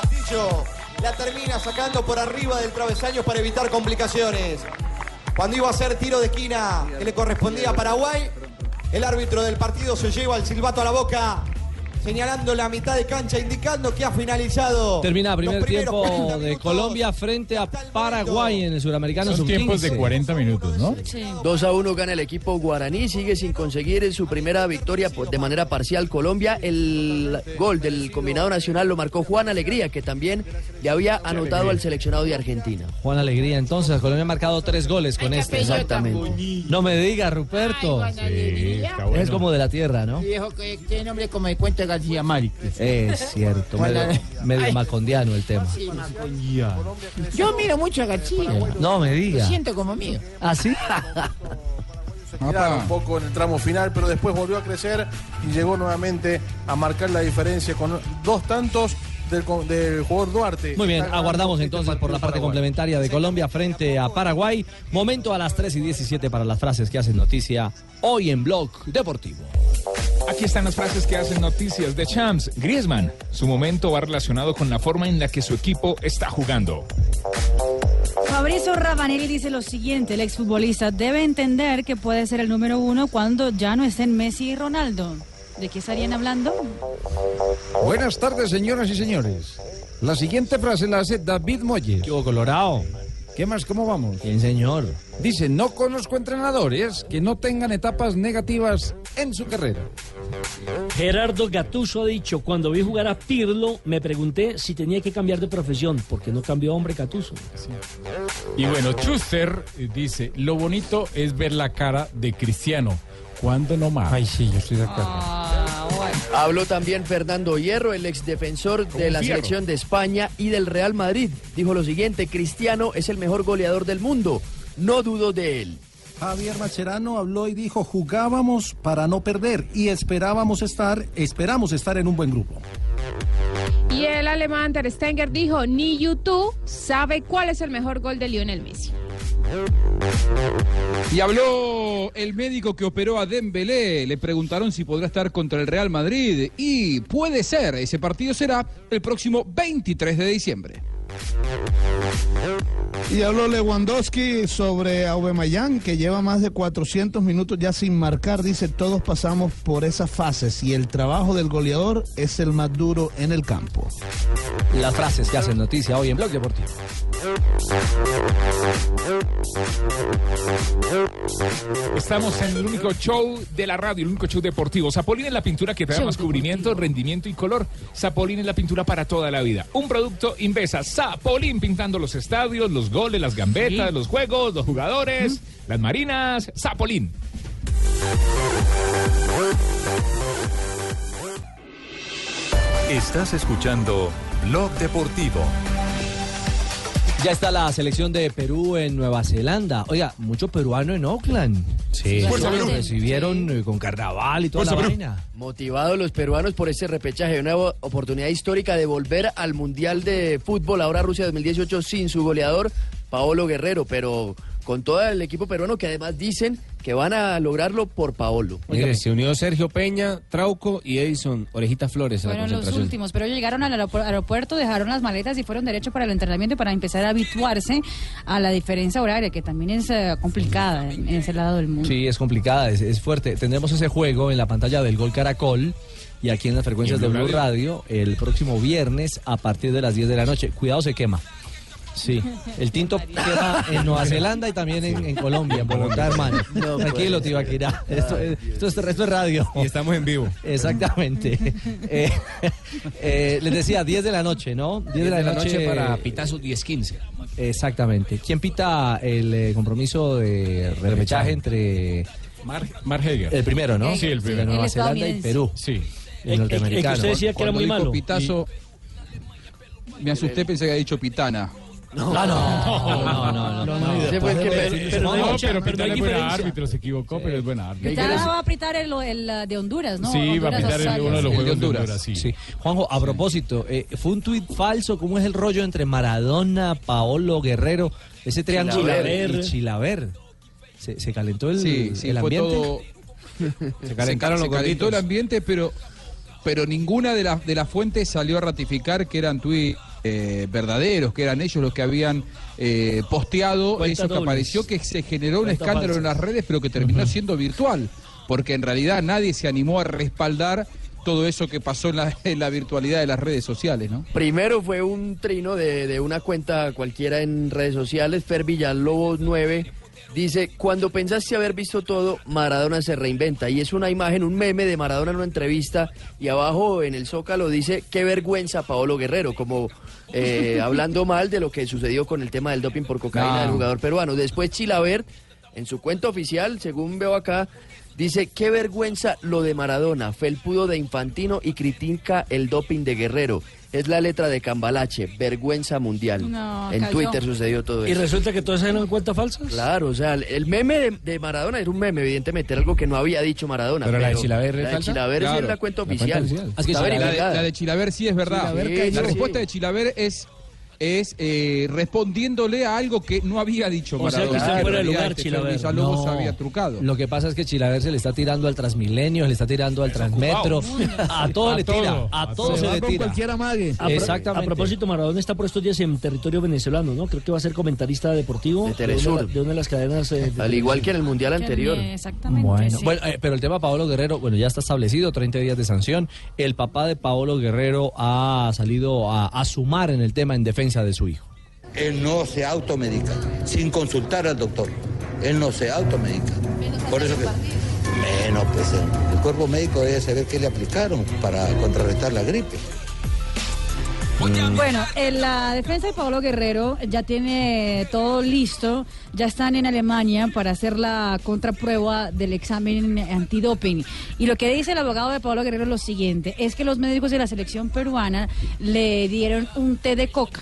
S15: Castillo la termina sacando por arriba del travesaño para evitar complicaciones. Cuando iba a hacer tiro de esquina que le correspondía a Paraguay, el árbitro del partido se lleva el silbato a la boca, señalando la mitad de cancha, indicando que ha finalizado.
S11: Termina primer
S15: los primeros
S11: tiempo
S15: 40
S11: de Colombia frente a Paraguay en el suramericano.
S16: Son
S11: sub-15.
S16: tiempos de 40 minutos, ¿no?
S10: 2 a 1 gana el equipo guaraní, sigue sin conseguir su primera victoria pues, de manera parcial Colombia. El gol del combinado nacional lo marcó Juan Alegría, que también le había anotado al seleccionado de Argentina.
S11: Juan Alegría, entonces, Colombia ha marcado tres goles con este.
S10: Exactamente.
S11: No me diga, Ruperto.
S19: Ay, Juan Alegría.
S11: Es como de la tierra, ¿no?
S19: Viejo, que tiene nombre como de cuenta García Márquez.
S11: Es cierto,
S19: Juan
S11: medio,
S19: Alegría.
S11: medio
S19: Ay.
S11: macondiano el tema.
S19: Sí. Yo miro mucho a García.
S11: No me
S19: Lo
S11: diga.
S19: siento como mío.
S11: ¿Ah, sí?
S17: Tiraron un poco en el tramo final, pero después volvió a crecer y llegó nuevamente a marcar la diferencia con dos tantos del, co- del jugador Duarte.
S11: Muy bien,
S17: Está ganando
S11: aguardamos
S17: este
S11: entonces
S17: partido
S11: por la parte
S17: Paraguay.
S11: complementaria de Colombia frente a Paraguay. Momento a las 3 y 17 para las frases que hacen noticia hoy en Blog Deportivo.
S16: Aquí están las frases que hacen noticias de Champs. Griezmann, su momento va relacionado con la forma en la que su equipo está jugando.
S13: Fabrizio Ravanelli dice lo siguiente, el exfutbolista debe entender que puede ser el número uno cuando ya no estén Messi y Ronaldo. ¿De qué estarían hablando?
S24: Buenas tardes, señoras y señores. La siguiente frase la hace David Moyes. Yo, Colorado. ¿Qué más? ¿Cómo vamos? Bien, señor. Dice, no conozco entrenadores que no tengan etapas negativas en su carrera.
S12: Gerardo Gatuso ha dicho, cuando vi jugar a Pirlo, me pregunté si tenía que cambiar de profesión, porque no cambió hombre Gatuso.
S16: Y bueno, Schuster eh, dice, lo bonito es ver la cara de Cristiano. ¿Cuándo no más? Ah, Ay, sí, yo estoy de acuerdo.
S10: Habló también Fernando Hierro, el exdefensor de la
S16: Hierro.
S10: selección de España y del Real Madrid. Dijo lo siguiente, Cristiano es el mejor goleador del mundo, no dudo de él.
S27: Javier Macherano habló y dijo, jugábamos para no perder y esperábamos estar, esperamos estar en un buen grupo.
S20: Y el alemán Ter Stenger dijo, ni YouTube sabe cuál es el mejor gol de Lionel Messi.
S18: Y habló el médico que operó a Dembélé. Le preguntaron si podrá estar contra el Real Madrid. Y puede ser. Ese partido será el próximo 23 de diciembre.
S3: Y habló Lewandowski sobre Aubameyang, que lleva más de 400 minutos ya sin marcar. Dice, todos pasamos por esas fases y el trabajo del goleador es el más duro en el campo.
S11: Las frases que hacen noticia hoy en Blog Deportivo.
S1: Estamos en el único show de la radio, el único show deportivo. Sapolín es la pintura que te da más cubrimiento, rendimiento y color. Sapolín es la pintura para toda la vida. Un producto Invesa. Sapolín pintando los estadios, los goles, las gambetas, los juegos, los jugadores, las marinas. Sapolín.
S25: Estás escuchando Blog Deportivo.
S11: Ya está la selección de Perú en Nueva Zelanda. Oiga, mucho peruano en Oakland.
S10: Sí. Fuerza,
S11: Los
S10: Perú.
S11: recibieron eh, con carnaval y toda la vaina.
S10: Motivados los peruanos por ese repechaje, una o- oportunidad histórica de volver al Mundial de Fútbol, ahora Rusia 2018, sin su goleador Paolo Guerrero, pero con todo el equipo peruano que además dicen que van a lograrlo por Paolo.
S22: Mire, se unió Sergio Peña, Trauco y Edison Orejita Flores a la
S13: Fueron los
S22: concentración.
S13: últimos, pero ellos llegaron al aeropu- aeropuerto, dejaron las maletas y fueron derecho para el entrenamiento y para empezar a habituarse a la diferencia horaria, que también es eh, complicada en, en ese lado del mundo.
S11: Sí, es complicada, es, es fuerte. Tendremos ese juego en la pantalla del Gol Caracol y aquí en las frecuencias
S22: Y
S11: de
S22: en
S11: Blue
S22: Blue
S11: Radio el próximo viernes a partir de las 10 de la noche. Cuidado, se quema. Sí, el tinto quema en Nueva Zelanda y también en, en Colombia, en Bogotá, hermano. Tranquilo, Tibaquirá. Esto, es- esto, es- esto es radio. Ah, Y estamos en vivo. Exactamente. Eh, eh, les decía, 10 de la noche, ¿no? 10 de la noche,
S22: para Pitazo 10-15.
S11: Exactamente. ¿Quién pita el eh, compromiso de repechaje entre
S16: Mar, Mar Heger.
S11: el primero, no?
S16: Sí, el primero.
S11: Entre Nueva Zelanda y Perú.
S16: Sí.
S11: El
S16: el
S11: norteamericano.
S16: que usted decía que
S18: Cuando
S16: era muy
S18: dijo
S16: malo.
S18: Pitazo, me asusté, pensé que había dicho Pitana.
S11: No,
S16: Ah,
S11: no, no,
S16: no, no,
S18: no.
S16: Ese fue el pues, que
S18: Después
S16: pe-
S18: de-
S16: pero no hay mucha- pero Pitana no hay es buen diferencia. árbitro, se equivocó, pero es buen árbitro.
S13: Pitana va a pitar el, el, eh, de Honduras, ¿no?
S16: Sí, va a
S13: Honduras,
S16: pitar el-
S13: Australia.
S16: uno de los
S11: El
S16: juegos de Honduras, sí.
S11: Juanjo, a propósito, eh, fue un tuit falso. ¿Cómo es el rollo entre Maradona, Paolo, Guerrero, ese triángulo
S18: Chilaver.
S11: y Chilaver? ¿Se, se calentó el,
S18: Sí, sí,
S11: el
S18: fue
S11: ambiente?
S18: todo-
S11: Se
S18: calentaron se, calentó el ambiente, pero, pero ninguna de las de las fuentes salió a ratificar que eran tuits eh, verdaderos, que eran ellos los que habían eh, posteado eso que
S9: dobles.
S18: apareció, que se generó un
S9: Cuentas
S18: escándalo en las
S9: falsas.
S18: redes, pero que terminó siendo virtual, porque en realidad nadie se animó a respaldar todo eso que pasó en la, en la virtualidad de las redes sociales, ¿no?
S10: Primero fue un trino de, de una cuenta cualquiera en redes sociales, Fer Villalobos 9. Dice, cuando pensaste haber visto todo, Maradona se reinventa. Y es una imagen, un meme de Maradona en una entrevista. Y abajo en el Zócalo dice, qué vergüenza Paolo Guerrero. Como eh, hablando mal de lo que sucedió con el tema del doping por cocaína
S23: No.
S10: del jugador peruano. Después Chilabert, en su cuenta oficial, según veo acá, dice, qué vergüenza lo de Maradona, felpudo de Infantino y critica el doping de Guerrero. Es la letra de Cambalache, vergüenza mundial.
S12: No,
S10: en
S12: cayó.
S10: Twitter sucedió todo
S12: Y
S10: eso.
S12: resulta que todas eran cuentas falsas.
S10: Claro, o sea, el- el meme de, de Maradona era un meme, evidentemente, era algo que no había dicho Maradona.
S22: Pero la de Chilaver es
S10: La de
S22: falsa.
S10: Chilaver sí
S22: Claro.
S10: es la cuenta
S22: La cuenta
S10: oficial.
S22: oficial.
S10: Está
S18: la, de,
S10: verificada.
S18: la de Chilaver sí es verdad.
S10: Chilaver
S18: la
S10: cayó.
S18: respuesta de Chilaver es es eh, respondiéndole a algo que no había dicho
S11: O sea, que
S18: Maradona.
S11: está
S18: en
S11: fuera de
S18: realidad
S11: lugar,
S18: este
S11: Chilaver.
S18: Villalobos
S11: No.
S18: había trucado.
S11: Lo que pasa es que Chilaver se le está tirando al Transmilenio, se le está tirando al Transmetro, a todo
S12: A
S11: le tira,
S12: todo.
S11: a
S12: A
S11: todo
S12: todo.
S11: se
S12: Se va
S11: le
S12: con
S11: tira.
S12: cualquier
S3: amague.
S12: A, pro-
S11: Exactamente.
S12: a propósito, Maradona está por estos días en territorio venezolano, ¿no? Creo que va a ser comentarista deportivo de,
S10: Telesur.
S12: una, de una de las cadenas. eh, de-
S10: Al igual que en el Mundial anterior.
S13: Exactamente.
S11: Bueno,
S13: sí.
S11: bueno, eh, pero el tema de Paolo Guerrero, bueno, ya está establecido, 30 días de sanción. El papá de Paolo Guerrero ha salido a, a sumar en el tema en defensa de su hijo.
S5: Él no se automedica, sin consultar al doctor. Él no se automedica. Por eso que. Menos, pues el, el cuerpo médico debe saber qué le aplicaron para contrarrestar la gripe.
S13: Bueno, en la defensa de Pablo Guerrero ya tiene todo listo, ya están en Alemania para hacer la contraprueba del examen antidoping. Y lo que dice el abogado de Pablo Guerrero es lo siguiente, es que los médicos de la selección peruana le dieron un té de coca.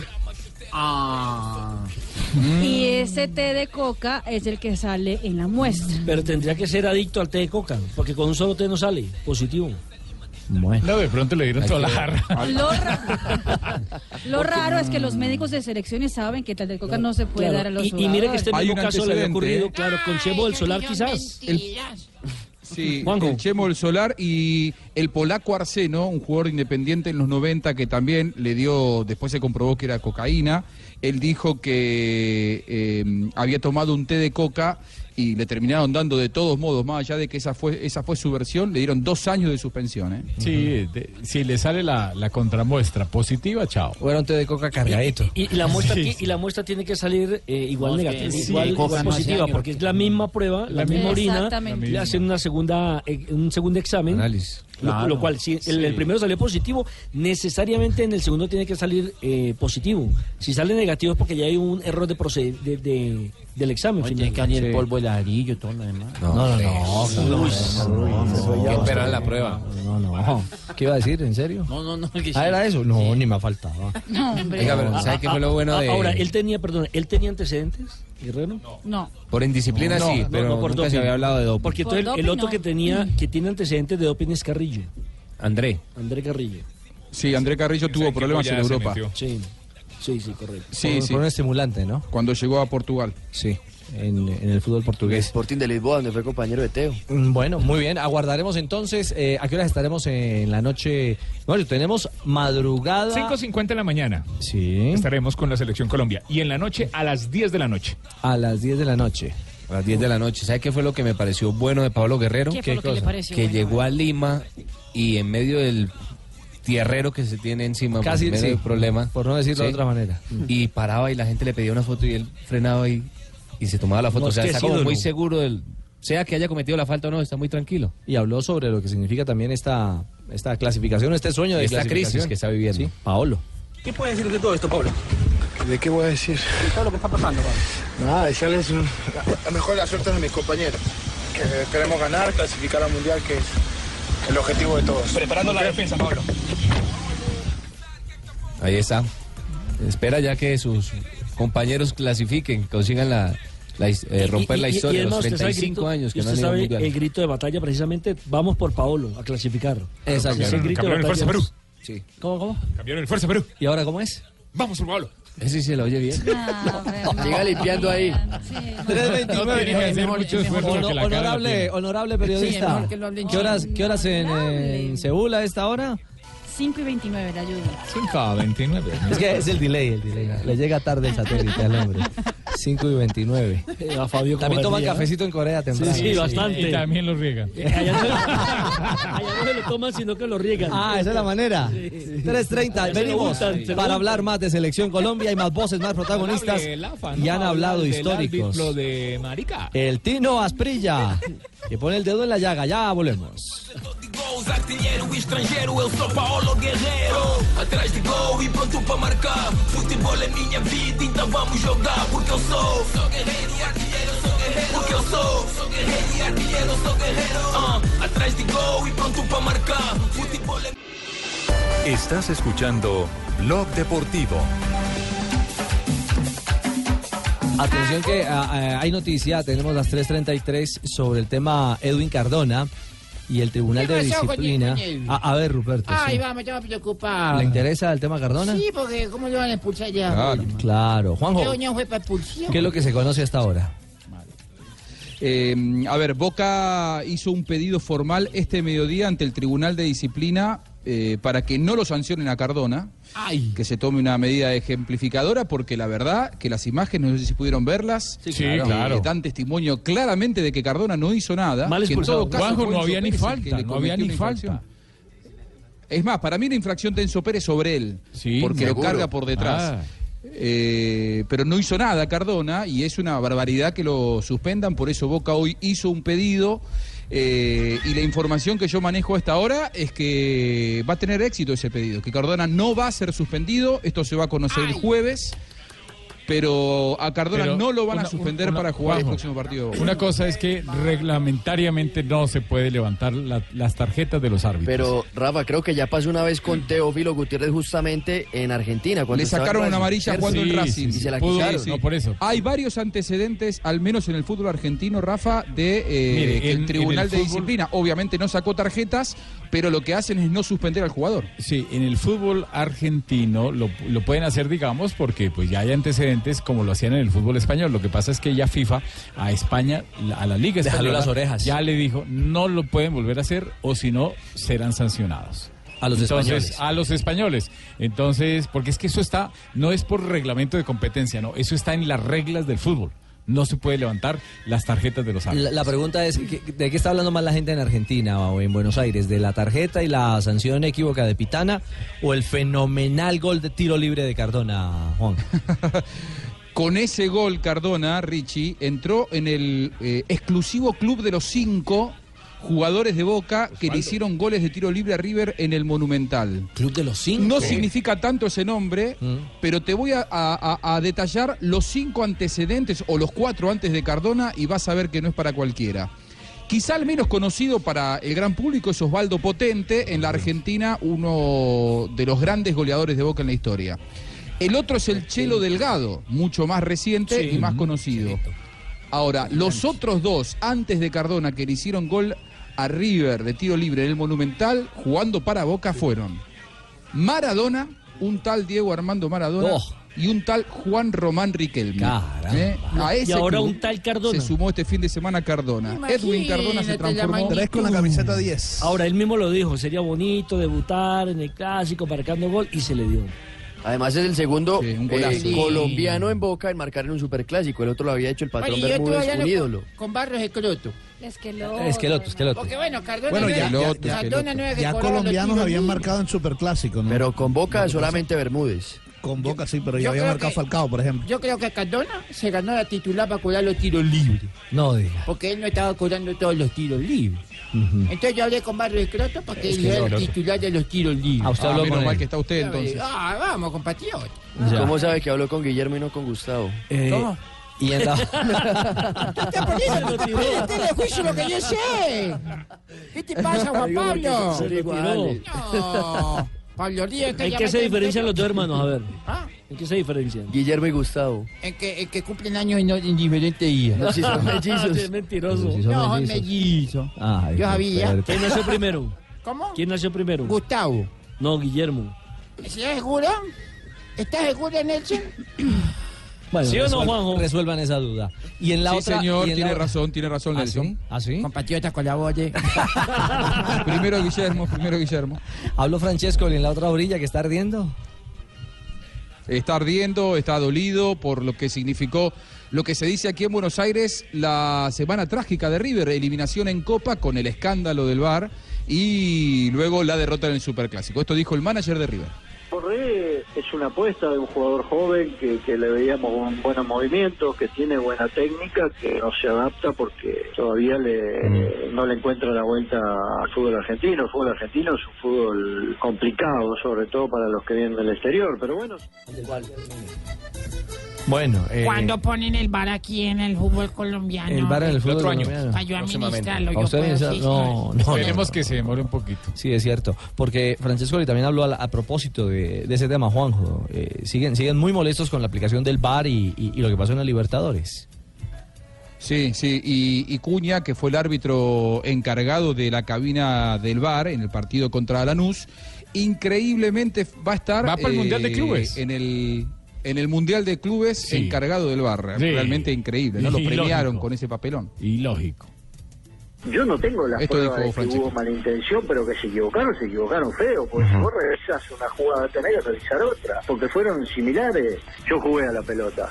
S12: Ah.
S13: Ah. Y ese té de coca es el que sale en la muestra.
S12: Pero tendría que ser adicto al té de coca, porque con un solo té no sale positivo.
S16: No, de pronto le dieron toda la jarra.
S13: Lo, ra- lo raro es que los médicos de selecciones saben que el té de coca no se puede
S12: Claro,
S13: dar a los
S12: y, y mire que este
S13: jugadores.
S18: ¿eh?
S12: mismo caso le había
S18: antecedente,
S12: ocurrido,
S18: ¿eh?
S12: claro, con Chemo del Solar quizás.
S18: El- Sí,
S12: Juanjo.
S18: el Chemo el Solar y el polaco Arseno, un jugador independiente en los 90 que también le dio, después se comprobó que era cocaína. Él dijo que eh, había tomado un té de coca y le terminaron dando de todos modos, más allá de que esa fue, esa fue su versión, le dieron dos años de suspensión. ¿eh?
S16: Sí, de- si le sale la, la contramuestra positiva, chao.
S11: O era un té de coca cargadito.
S12: Y, y la muestra
S16: Sí.
S12: ti- y la muestra tiene que salir eh, igual
S16: No, es que
S12: negativa,
S16: sí,
S12: igual,
S16: coca
S12: igual
S16: no hace
S12: positiva,
S16: daño.
S12: porque es la misma prueba, la,
S16: La
S12: misma
S16: misma.
S12: orina,
S16: Exactamente.
S12: le hacen una segunda, eh, un segundo examen. Lo,
S16: Claro.
S12: lo cual, si el, el
S16: Sí.
S12: primero salió positivo, necesariamente en el segundo tiene que salir eh, positivo. Si sale negativo es porque ya hay un error de proced- de, de- del examen. Tiene que
S21: añadir polvo,
S12: el arillo, todo lo demás.
S21: No, no, no.
S11: no,
S21: Que esperar
S11: no,
S21: la prueba.
S11: No, no. ¿Qué iba a decir? ¿En serio? No,
S21: no, no. que
S11: Ah, era eso. No, ni me faltaba.
S13: No, hombre.
S11: Oiga, pero ¿sabe
S12: Ah,
S11: qué
S12: ah,
S11: fue lo bueno
S12: ah,
S11: de-
S12: Ahora, él tenía, perdón, ¿él tenía antecedentes, Guerrero?
S13: No.
S11: Por indisciplina
S12: No,
S11: sí,
S12: no,
S11: pero
S12: no, por
S11: nunca se
S12: doping.
S11: había hablado de doping.
S12: Porque
S11: Por
S12: entonces el
S11: doping,
S12: otro
S11: no.
S12: que tenía, que tiene antecedentes de doping es Carrillo,
S11: André.
S12: André Carrillo.
S18: Sí, André Carrillo tuvo problemas en Europa.
S12: Sí, sí, sí, correcto.
S18: Sí, sí.
S11: Por- por este un estimulante, ¿no?
S18: Cuando llegó a Portugal.
S11: Sí, en, en el fútbol portugués.
S10: Sporting de Lisboa, donde fue compañero de Teo.
S11: Mm, Bueno, muy bien. Aguardaremos entonces. eh, ¿A qué horas estaremos en la noche? Bueno, tenemos madrugada.
S1: 5.50 de la mañana.
S11: Sí.
S1: Estaremos con la selección Colombia. Y en la noche a las 10 de la noche.
S11: A las 10 de la noche.
S22: A las 10 de la noche. ¿Sabe qué fue lo que me pareció bueno de Pablo Guerrero?
S11: ¿Qué fue lo que le pareció
S22: Que
S11: bueno?
S22: llegó a Lima y en medio del tierrero que se tiene encima, pues,
S11: Casi,
S22: en medio
S11: sí.
S22: del problema.
S11: Por no decirlo de
S22: Sí.
S11: otra manera.
S22: Y paraba y la gente le pedía una foto y él frenaba y, y se tomaba la foto.
S11: No,
S22: o
S11: es
S22: sea,
S11: que
S22: está
S11: es
S22: como
S11: ídolo.
S22: muy seguro del. Sea que haya cometido la falta o no, está muy tranquilo.
S11: Y habló sobre lo que significa también esta, esta clasificación, este sueño de
S22: Esta crisis que está viviendo.
S11: Paolo.
S9: ¿Qué puede decir de todo esto, Pablo? ¿De qué voy a decir? De todo lo que está pasando, Pablo. Nada, desearles un- la mejor de las suertes de mis compañeros. Que queremos ganar, clasificar al mundial, que es el objetivo de todos. Preparando la defensa, Pablo.
S22: Ahí está. Espera ya que sus compañeros clasifiquen, consigan la, la his- eh, romper la historia, los
S12: además, usted sabe el
S22: 35
S12: grito-
S22: años que
S12: usted
S22: no han ido al
S12: sabe eh,
S22: mundial.
S12: el grito de batalla, precisamente, vamos por Paolo a clasificar.
S22: Exacto.
S12: Es el grito de
S22: Campeón,
S12: batalla.
S22: fuerza, Perú.
S11: Sí. ¿Cómo, cómo?
S1: Cambiaron el Fuerza Perú.
S11: ¿Y ahora cómo es?
S1: Vamos, por Pablo.
S22: Ese se lo oye bien.
S10: Llega limpiando ahí.
S11: 3.29.
S10: Ah, No tiene que hacer
S11: Honor-
S10: mucho esfuerzo
S11: honor-
S10: que la cara la
S11: honorable,
S10: tiene.
S11: honorable
S10: Sí,
S11: periodista.
S13: mejor que lo hablen
S11: ¿Qué horas, ¿Qué horas en,
S13: Honorable.
S11: en Seúl a esta hora?
S13: 5 y 29 la ayuda.
S1: 5 a 29.
S11: Es que es el delay, el delay. Le llega tarde el satélite al hombre. 5 y 29.
S12: A Fabio como
S11: También toman
S12: perdía, ¿no?
S11: cafecito en Corea temprano.
S12: Sí, sí, bastante.
S11: Y también
S1: lo riegan.
S12: Allá Eh, no se lo toman, sino que lo riegan.
S11: Ah, esa es la manera.
S12: Sí.
S11: 3.30,
S12: Ya se lo
S11: venimos
S12: gustan, se lo
S11: para
S12: gustan.
S11: hablar más de Selección Colombia y más voces, más protagonistas. Y han hablado históricos.
S1: Lo
S22: Eh,
S1: de Marica.
S11: El Tino Asprilla, que pone el dedo en la llaga. Ya volvemos.
S4: Gols, artilheiro estrangeiro, eu sou Paolo Guerreiro. Atrás de gol e pronto para marcar. Futebol é minha vida, então vamos jogar. Porque eu sou, sou guerreiro e artilheiro, sou guerreiro. Porque eu sou, sou guerreiro e artilheiro, sou guerreiro. Ah, atrás de gol e pronto para marcar. Futebol é
S25: Estás escuchando Blog Deportivo.
S11: Atención que ah, ah, hay noticia, tenemos las 3.33 sobre el tema Edwin Cardona y el Tribunal
S19: ¿Qué
S11: de
S19: pasó con
S11: Disciplina.
S19: Edwin?
S11: Ah, a ver, Ruperto. sí.
S19: Ay, vamos, estamos preocupados.
S11: ¿Le interesa el tema Cardona?
S19: Sí, porque ¿cómo lo van a expulsar ya?
S11: Claro, claro.
S19: ¿Qué
S11: Juanjo,
S19: doña fue para expulsión?
S11: ¿qué es lo que se conoce hasta ahora?
S18: Eh, a ver, Boca hizo un pedido formal este mediodía ante el Tribunal de Disciplina eh, para que no lo sancionen a Cardona, que se tome una medida ejemplificadora, porque la verdad que las imágenes, no sé si pudieron verlas,
S16: Sí, Sí, claro. claro.
S18: eh, dan testimonio claramente de que Cardona no hizo nada.
S16: Mal
S18: que en
S16: expulsado.
S18: todo caso
S16: Juanjo,
S18: fue
S16: no
S18: Enzo
S16: había ni
S18: Pérez el
S16: falta,
S18: que le
S16: no había
S18: cometió
S16: ni
S18: una
S16: falta.
S18: infracción. Es más, para mí la infracción de Enzo Pérez sobre él, porque lo
S16: seguro.
S18: carga por detrás.
S16: Ah.
S18: Eh, pero no hizo nada Cardona y es una barbaridad que lo suspendan, por eso Boca hoy hizo un pedido eh, y la información que yo manejo hasta ahora es que va a tener éxito ese pedido, que Cardona no va a ser suspendido, esto se va a conocer el jueves, pero a Cardona
S16: Pero
S18: no lo van
S16: una-
S18: a suspender
S16: una-
S18: para jugar
S16: Juanjo,
S18: el próximo partido. de Boca.
S16: Una cosa es que reglamentariamente no se puede levantar la- las tarjetas de los árbitros.
S10: Pero, Rafa, creo que ya pasó una vez con Teófilo Gutiérrez justamente en Argentina. Cuando
S18: Le
S10: estaba en
S18: sacaron una
S10: Racing.
S18: amarilla jugando en
S10: Sí,
S18: Racing.
S10: Y se la
S18: Pudo-
S10: quitaron.
S18: sí. Hay varios antecedentes, al menos en el fútbol argentino, Rafa, de eh,
S16: Mire,
S18: que
S16: en- en
S18: el Tribunal
S16: el
S18: de
S16: fútbol-
S18: Disciplina obviamente no sacó tarjetas, pero lo que hacen es no suspender al jugador.
S16: Sí, en el fútbol argentino lo, lo pueden hacer, digamos, porque pues ya hay antecedentes exigentes como lo hacían en el fútbol español. Lo que pasa es que ya FIFA a España, la- a la Liga
S11: Le jaló
S16: Española,
S11: las orejas.
S16: ya le dijo, no lo pueden volver a hacer o si no, serán sancionados.
S11: A los
S16: Entonces,
S11: españoles.
S16: A los españoles. Entonces, porque es que eso está, no es por reglamento de competencia, no, eso está en las reglas del fútbol. No se puede levantar las tarjetas de los
S11: La,
S16: árbitros.
S11: la pregunta es, ¿qué- ¿de qué está hablando más la gente en Argentina o en Buenos Aires? ¿De la tarjeta y la sanción equívoca de Pitana o el fenomenal gol de tiro libre de Cardona, Juan?
S18: Con ese gol, Cardona, Richie, entró en el eh, exclusivo club de los cinco jugadores de Boca que le hicieron goles de tiro libre a River en el Monumental.
S11: Club de los cinco. Mm.
S18: No significa tanto ese nombre, pero te voy a, a- a- a detallar los cinco antecedentes o los cuatro antes de Cardona y vas a ver que no es para cualquiera. Quizá el menos conocido para el gran público es Osvaldo Potente, en la Argentina uno de los grandes goleadores de Boca en la historia. El otro es el Chelo Delgado, mucho más reciente y más conocido. Ahora, los otros dos, antes de Cardona, que le hicieron gol a River de tiro libre en el Monumental, jugando para Boca, fueron Maradona, un tal Diego Armando Maradona
S12: Oh.
S18: y un tal Juan Román Riquelme.
S12: Caramba.
S18: ¿Eh? A
S12: Y
S18: ese
S12: ahora
S18: club
S12: un tal Cardona.
S18: Se sumó este fin de semana Cardona. Ah, Edwin Cardona se transformó.
S12: Ahora él mismo lo dijo, sería bonito debutar en el clásico marcando gol y se le dio.
S10: Además es el segundo
S12: golazo.
S10: eh,
S12: Sí.
S10: colombiano en Boca en marcar en un superclásico. El otro lo había hecho el patrón
S19: Bueno, y yo estuve
S10: Bermúdez,
S19: hablando
S10: un
S19: con-
S10: ídolo.
S19: Con Barros Escroto.
S13: Esqueloto.
S10: Esqueloto, esqueloto.
S19: Porque bueno, Cardona
S10: Bueno,
S19: no
S10: ya-
S19: era-
S10: Esqueloto,
S19: Cardona no es de
S3: Ya
S19: Colón, los
S3: colombianos
S19: tiros
S3: habían
S19: libres.
S3: marcado en Superclásico, ¿no?
S10: Pero con Boca solamente Bermúdez.
S3: Con Boca sí, pero ya
S19: Yo
S3: había
S19: creo
S3: marcado
S19: que-
S3: Falcao, por ejemplo.
S19: Yo creo que Cardona se ganó la titular para cobrar los tiros libres.
S11: No diga.
S19: Porque él no estaba cobrando todos los tiros libres. Entonces yo hablé con Barrio Escroto para que él era el
S10: Escroto.
S19: titular de los tiros libres.
S10: Ah, usted habló con
S19: menos
S10: él.
S19: mal
S10: que está usted, entonces.
S19: Ah, vamos, compatriota.
S10: ¿Cómo sabe que habló con Guillermo y no con Gustavo?
S19: ¿Cómo?
S11: Y en la-
S19: Este le juicio lo que yo sé. ¿Qué te pasa, Juan
S10: Digo, porque
S19: Pablo?
S10: son iguales.
S21: Oh.
S19: No. Pablo Díaz está
S12: ¿En
S19: ya
S12: qué se
S19: metido en
S12: diferencian los dos hermanos? A ver.
S19: ¿Ah?
S12: ¿En qué se diferencian?
S10: Guillermo y Gustavo.
S19: En que, en que cumplen años y no en diferentes días.
S12: No, si son mellizos.
S19: Es
S12: mentiroso.
S19: No,
S12: Pero si son
S19: son
S12: mellizos.
S19: mellizos.
S12: Ay,
S19: Yo sabía.
S12: ¿Quién nació primero?
S19: ¿Cómo?
S12: ¿Quién nació primero?
S19: Gustavo.
S12: No, Guillermo.
S19: ¿Estás seguro? ¿Estás seguro, Nelson?
S11: Bueno,
S12: ¿Sí o no,
S11: resuel-
S12: Juanjo?
S11: Resuelvan esa duda. Y en la
S18: sí,
S11: otra...
S18: señor,
S11: y en la
S18: tiene
S11: otra-
S18: razón, tiene razón,
S11: ¿Ah,
S18: Nelson.
S11: ¿Ah, sí?
S19: Compatriotas, colabore.
S18: primero Guillermo, primero Guillermo.
S11: Habló Francesco y en la otra orilla que está ardiendo.
S18: Está ardiendo, está dolido por lo que significó lo que se dice aquí en Buenos Aires la semana trágica de River, eliminación en Copa con el escándalo del VAR y luego la derrota en el Superclásico. Esto dijo el manager de River.
S23: Borré es una apuesta de un jugador joven que, que le veíamos un buenos movimientos, que tiene buena técnica, que no se adapta porque todavía le, no le encuentra la vuelta al fútbol argentino. El fútbol argentino es un fútbol complicado, sobre todo para los que vienen del exterior, pero bueno.
S11: Bueno, eh,
S28: ¿Cuándo ponen el bar aquí en el fútbol colombiano?
S11: El bar en el fútbol
S28: Ah, otro año.
S11: colombiano.
S28: Para yo administrarlo.
S11: ¿A
S28: Yo
S11: usted
S28: puedo,
S11: piensa-
S28: sí,
S11: no, no,
S16: Esperemos que se demore un poquito.
S11: Sí, es cierto. Porque Francesco Oli también habló a, la- a propósito de, de ese tema, Juanjo. Eh, siguen, siguen muy molestos con la aplicación del VAR y, y- y lo que pasó en la Libertadores.
S18: Sí, sí, y, y Cuña, que fue el árbitro encargado de la cabina del VAR en el partido contra Lanús, increíblemente va a estar eh,
S16: Va para el Mundial
S22: Eh,
S16: de Clubes.
S18: en el en el Mundial de Clubes encargado del VAR.
S16: Sí.
S18: Realmente increíble, ¿no? Lo
S16: Y
S18: premiaron
S16: lógico.
S18: con ese papelón.
S16: Y lógico.
S23: Yo no tengo la
S18: Esto
S23: prueba
S18: dijo
S23: de que
S18: Francisco.
S23: hubo mala intención, pero que se equivocaron, se equivocaron feo, porque si vos revisás una jugada tenés que revisar otra, porque fueron similares. Yo jugué a la pelota.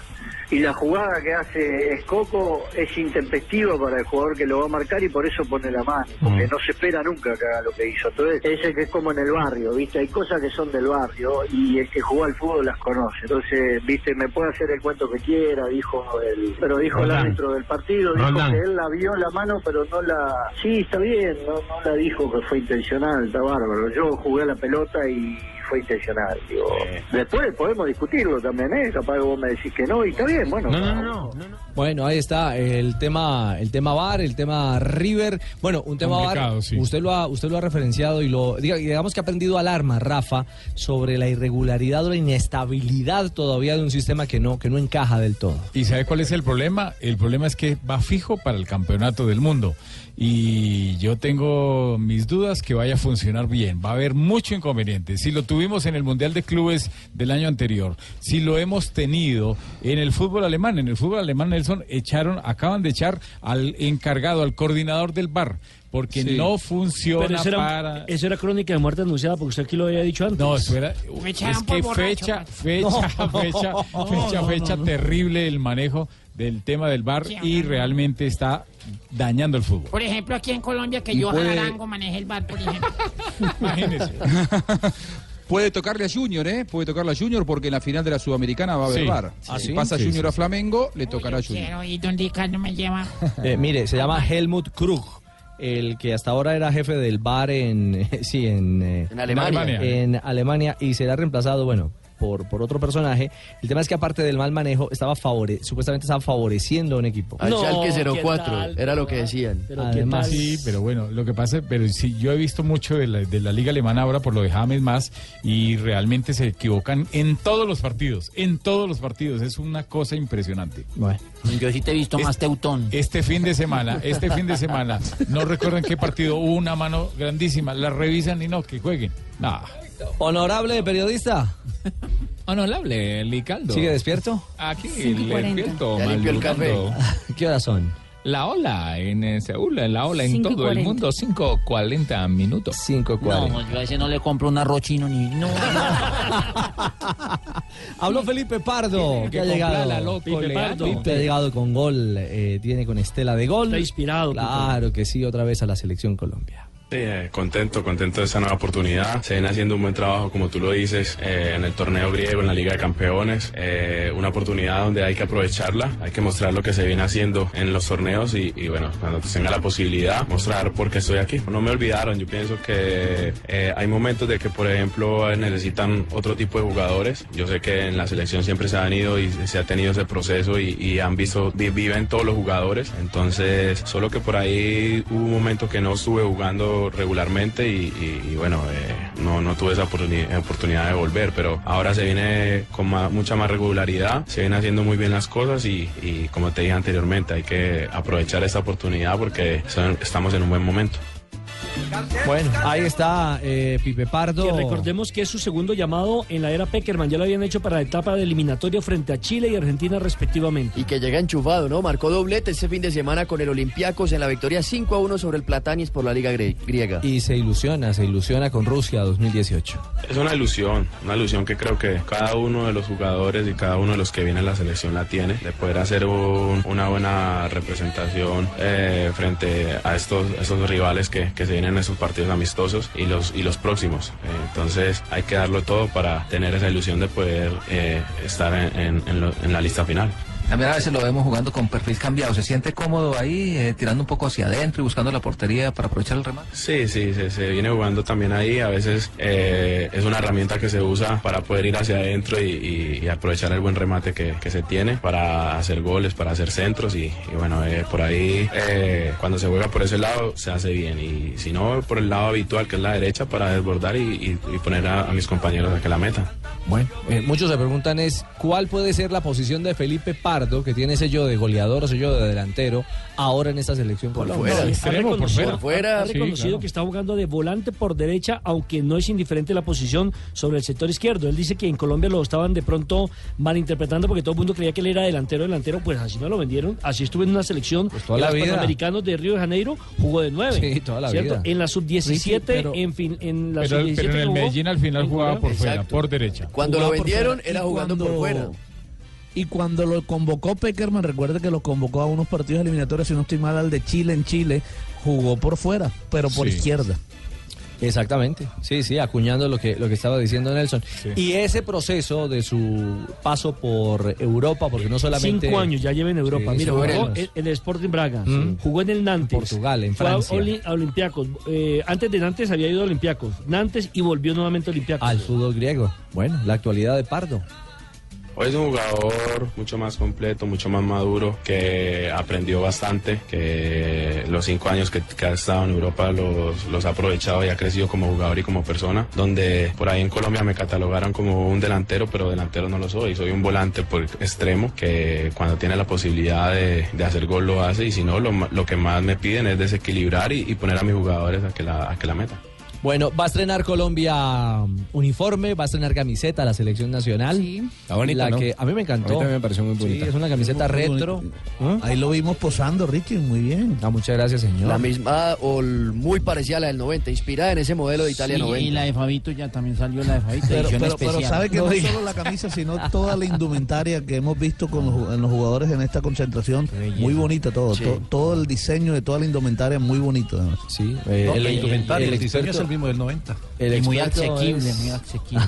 S23: Y la jugada que hace Escoco es intempestiva para el jugador que lo va a marcar y por eso pone la mano, porque no se espera nunca que haga lo que hizo. Entonces, ese que es como en el barrio, ¿viste? Hay cosas que son del barrio y el que jugó al fútbol las conoce. Entonces, ¿viste? Me puede hacer el cuento que quiera, dijo el... Pero dijo el
S7: Roldán.
S23: árbitro del partido, dijo
S7: Roldán.
S23: que él la vio la mano, pero no la... Sí, está bien, no, no la dijo que fue intencional, está bárbaro. Yo jugué a la pelota y fue intencional. Digo. Después podemos discutirlo también, ¿eh? Capaz que vos me decís que no, y está bien, bueno.
S11: Bueno, ahí está el tema, el tema VAR, el tema River. Bueno, un tema
S16: Complicado,
S11: VAR.
S16: sí.
S11: Usted lo ha, usted lo ha referenciado y lo diga- digamos que ha prendido alarma, Rafa, sobre la irregularidad o la inestabilidad todavía de un sistema que no, que no encaja del todo.
S16: ¿Y sabe cuál es el problema? El problema es que va fijo para el campeonato del mundo. Y yo tengo mis dudas que vaya a funcionar bien. Va a haber mucho inconveniente. Si lo tuvi- tuvimos en el Mundial de Clubes del año anterior, si lo hemos tenido en el fútbol alemán, en el fútbol alemán, Nelson, echaron, acaban de echar al encargado, al coordinador del bar. Porque
S12: Sí.
S16: no funciona
S12: Pero eso era,
S16: para.
S12: eso era crónica de muerte anunciada, porque usted aquí lo había dicho antes.
S16: No, eso era-
S12: Me echaron
S16: es
S12: por
S16: que
S12: borracho,
S16: fecha,
S12: Pacho.
S16: fecha, fecha,
S12: No. No,
S16: fecha,
S12: no,
S16: fecha
S12: no, no.
S16: terrible el manejo del tema del bar
S28: Sí, ahora
S16: y
S28: no.
S16: realmente está dañando el fútbol.
S28: Por ejemplo, aquí en Colombia, que
S16: Y
S28: yo
S16: puede-
S28: Arango maneje el bar, por ejemplo.
S18: Puede tocarle a Junior, ¿eh? Puede tocarle a Junior porque en la final de la Sudamericana va a haber
S11: Sí.
S18: bar.
S11: Ah,
S18: Si
S11: ¿sí?
S18: pasa
S11: Sí,
S18: Junior
S11: sí,
S18: a Flamengo, le tocará a Junior.
S28: Quiero ir donde Ricardo me lleva.
S11: Eh, mire, se llama Helmut Krug, el que hasta ahora era jefe del bar en sí en, eh,
S10: En Alemania.
S11: en Alemania y será reemplazado, bueno, por, por otro personaje. El tema es que aparte del mal manejo estaba favore, supuestamente estaba favoreciendo a un equipo.
S10: Al Schalke 04, era lo que decían.
S16: Además, sí, pero bueno, lo que pasa, pero sí, yo he visto mucho de la, de la liga alemana ahora por lo de James más y realmente se equivocan en todos los partidos, en todos los partidos, es una cosa impresionante.
S21: Yo sí te he visto más teutón.
S16: Este fin de semana, este fin de semana, no recuerdan qué partido, hubo una mano grandísima, la revisan y no, que jueguen. Nah.
S11: Honorable periodista.
S22: Honorable, Licaldo.
S11: ¿Sigue despierto?
S22: Aquí,
S11: Cinco y cuarenta.
S22: despierto,
S11: Ya limpió el café. ¿Qué horas son?
S22: La ola en eh, Seúl, la ola en
S21: Cinco y
S22: todo el
S21: cuarenta.
S22: mundo, 5.40 minutos.
S11: 5.40.
S21: No, yo a ese no le compro un arroz chino ni. No,
S11: Habló Felipe Pardo,
S21: Tiene
S11: que
S21: que
S11: ha llegado.
S21: comprarla, loco, Pipe Leandro. Pardo.
S11: Pipe ha llegado con gol, eh, tiene con Estela de gol. Está inspirado. Claro que sí, otra vez a la selección Colombia.
S7: Sí, eh, contento, contento de esta nueva oportunidad. Se viene haciendo un buen trabajo, como tú lo dices, eh, en el torneo griego, en la Liga de Campeones. Eh, una oportunidad donde hay que aprovecharla, hay que mostrar lo que se viene haciendo en los torneos y, y, bueno, cuando tenga la posibilidad, mostrar por qué estoy aquí. No me olvidaron, yo pienso que eh, hay momentos de que, por ejemplo, eh, necesitan otro tipo de jugadores. Yo sé que en la selección siempre se han ido y se ha tenido ese proceso y, y han visto, vi- viven todos los jugadores. Entonces, solo que por ahí hubo un momento que no estuve jugando regularmente y, y- y bueno, eh, no, no tuve esa oportuni- oportunidad de volver, pero ahora se viene con ma- mucha más regularidad, se vienen haciendo muy bien las cosas y, y como te dije anteriormente, hay que aprovechar esta oportunidad porque son- estamos en un buen momento.
S11: Bueno, ahí está eh, Pipe Pardo.
S12: Que recordemos que es su segundo llamado en la era Peckerman. Ya lo habían hecho para la etapa de eliminatoria frente a Chile y Argentina, respectivamente.
S10: Y que llega enchufado, ¿no? Marcó doblete este fin de semana con el Olympiacos en la victoria 5 a 1 sobre el Platanis por la Liga Gre- Griega.
S11: Y se ilusiona, se ilusiona con Rusia 2018.
S7: Es una ilusión, una ilusión que creo que cada uno de los jugadores y cada uno de los que viene a la selección la tiene, de poder hacer un- una buena representación eh, frente a estos, esos rivales que, que se vienen en esos partidos amistosos y los, y los próximos. Eh, entonces hay que darlo todo para tener esa ilusión de poder eh, estar en- en- en lo- en la lista final.
S14: También a veces lo vemos jugando con perfil cambiado. Se siente cómodo ahí, eh, tirando un poco hacia adentro y buscando la portería para aprovechar el remate.
S7: Sí, sí, se, se viene jugando también ahí. A veces eh, es una herramienta que se usa para poder ir hacia adentro y, y- y aprovechar el buen remate que, que se tiene para hacer goles, para hacer centros. Y, y bueno, eh, por ahí eh, cuando se juega por ese lado se hace bien. Y si no, por el lado habitual que es la derecha para desbordar y, y- y poner a, a mis compañeros a que la metan.
S11: Bueno, eh, muchos se preguntan es cuál puede ser la posición de Felipe Pardo, que tiene sello de goleador o sello de delantero, ahora en esta selección colombiana.
S12: No, ha reconocido- ha reconocido que está jugando de volante por derecha, aunque no es indiferente la posición sobre el sector izquierdo. Él dice que en Colombia lo estaban de pronto malinterpretando porque todo el mundo creía que él era delantero, delantero, pues así no lo vendieron. Así estuvo en una selección
S11: Pues toda
S12: en
S11: la
S12: los
S11: vida.
S12: Panamericanos de Río de Janeiro, jugó de nueve.
S11: Sí, toda la vida.
S12: En la sub-17,
S11: Ricky, pero-
S12: en, fin, en la
S16: Pero,
S12: sub-17
S16: pero en
S12: que
S16: el
S12: jugó,
S16: Medellín al final
S12: en
S16: jugaba por
S12: Colombia.
S16: fuera, por derecha.
S3: Jugaba
S16: Jugaba
S3: por
S16: por fuera.
S3: fuera. Y cuando- Y cuando lo convocó Peckerman, recuerde que lo convocó a unos partidos eliminatorios, si no estoy mal, al de Chile en Chile, jugó por fuera, pero por
S11: Sí.
S3: izquierda.
S11: Exactamente, sí, sí, acuñando lo que, lo que estaba diciendo Nelson. Y ese proceso de su paso por Europa, porque no solamente...
S12: Cinco años ya lleva en Europa.
S11: Sí,
S12: Mira,
S11: cinco
S12: jugó
S11: años.
S12: en en el Sporting Braga,
S11: Mm.
S12: jugó en el Nantes.
S11: Portugal, en
S12: Fue a
S11: Francia.
S12: Oli- a Olympiacos. Eh, antes de Nantes había ido a Olympiacos. Nantes y volvió nuevamente a Olympiacos.
S11: Al fútbol griego. Bueno, la actualidad de Pardo.
S7: Hoy es un jugador mucho más completo, mucho más maduro, que aprendió bastante, que los cinco años que, que ha estado en Europa los, los ha aprovechado y ha crecido como jugador y como persona, donde por ahí en Colombia me catalogaron como un delantero, pero delantero no lo soy, soy un volante por extremo, que cuando tiene la posibilidad de, de hacer gol lo hace y si no, lo, ma- lo que más me piden es desequilibrar y, y poner a mis jugadores a que la, a que la meta.
S11: Bueno, va a estrenar Colombia um, uniforme, va a estrenar camiseta la selección nacional.
S7: Está bonita,
S11: La
S7: ¿no?
S11: que a mí me encantó.
S7: A mí también me pareció muy
S11: Sí,
S7: bonita. ¿Ah?
S11: es una camiseta
S7: Muy
S11: retro.
S3: Ahí lo vimos posando, Ricky, muy bien.
S11: muchas gracias, señor.
S10: La misma o l- muy parecida a la del 90, inspirada en ese modelo de Italia
S26: Sí,
S10: 90.
S26: Y la de Fabito ya también salió la de Fabito.
S3: Pero,
S26: edición
S3: pero- pero
S26: especial.
S3: sabe que no, solo la camisa, sino toda la indumentaria que hemos visto con los, ju- en los jugadores en esta concentración. Muy bonita todo.
S11: Sí.
S3: to- todo el diseño de toda la indumentaria muy bonito. además.
S11: Sí, eh,
S3: No,
S11: el-
S3: la
S11: el-
S3: indumentaria,
S11: el
S3: el diseño
S11: experto-
S3: es el mismo del 90.
S11: el
S26: y muy
S11: experto
S26: asequible,
S11: es-
S26: muy asequible.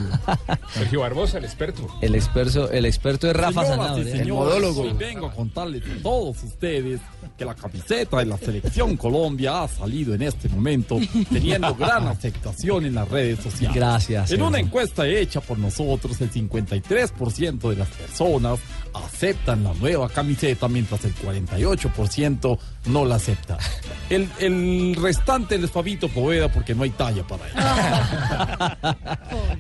S22: Sergio Barbosa, el experto.
S11: El experto, el experto es Rafa Sanabria.
S21: Vengo a contarles a todos ustedes que la camiseta de la selección Colombia ha salido en este momento teniendo gran aceptación en las redes sociales.
S11: Gracias,
S21: En
S11: señor.
S21: una encuesta hecha por nosotros, el 53% de las personas aceptan la nueva camiseta, mientras el 48% no la acepta. El, el restante es Fabito Poveda porque no hay talla para él.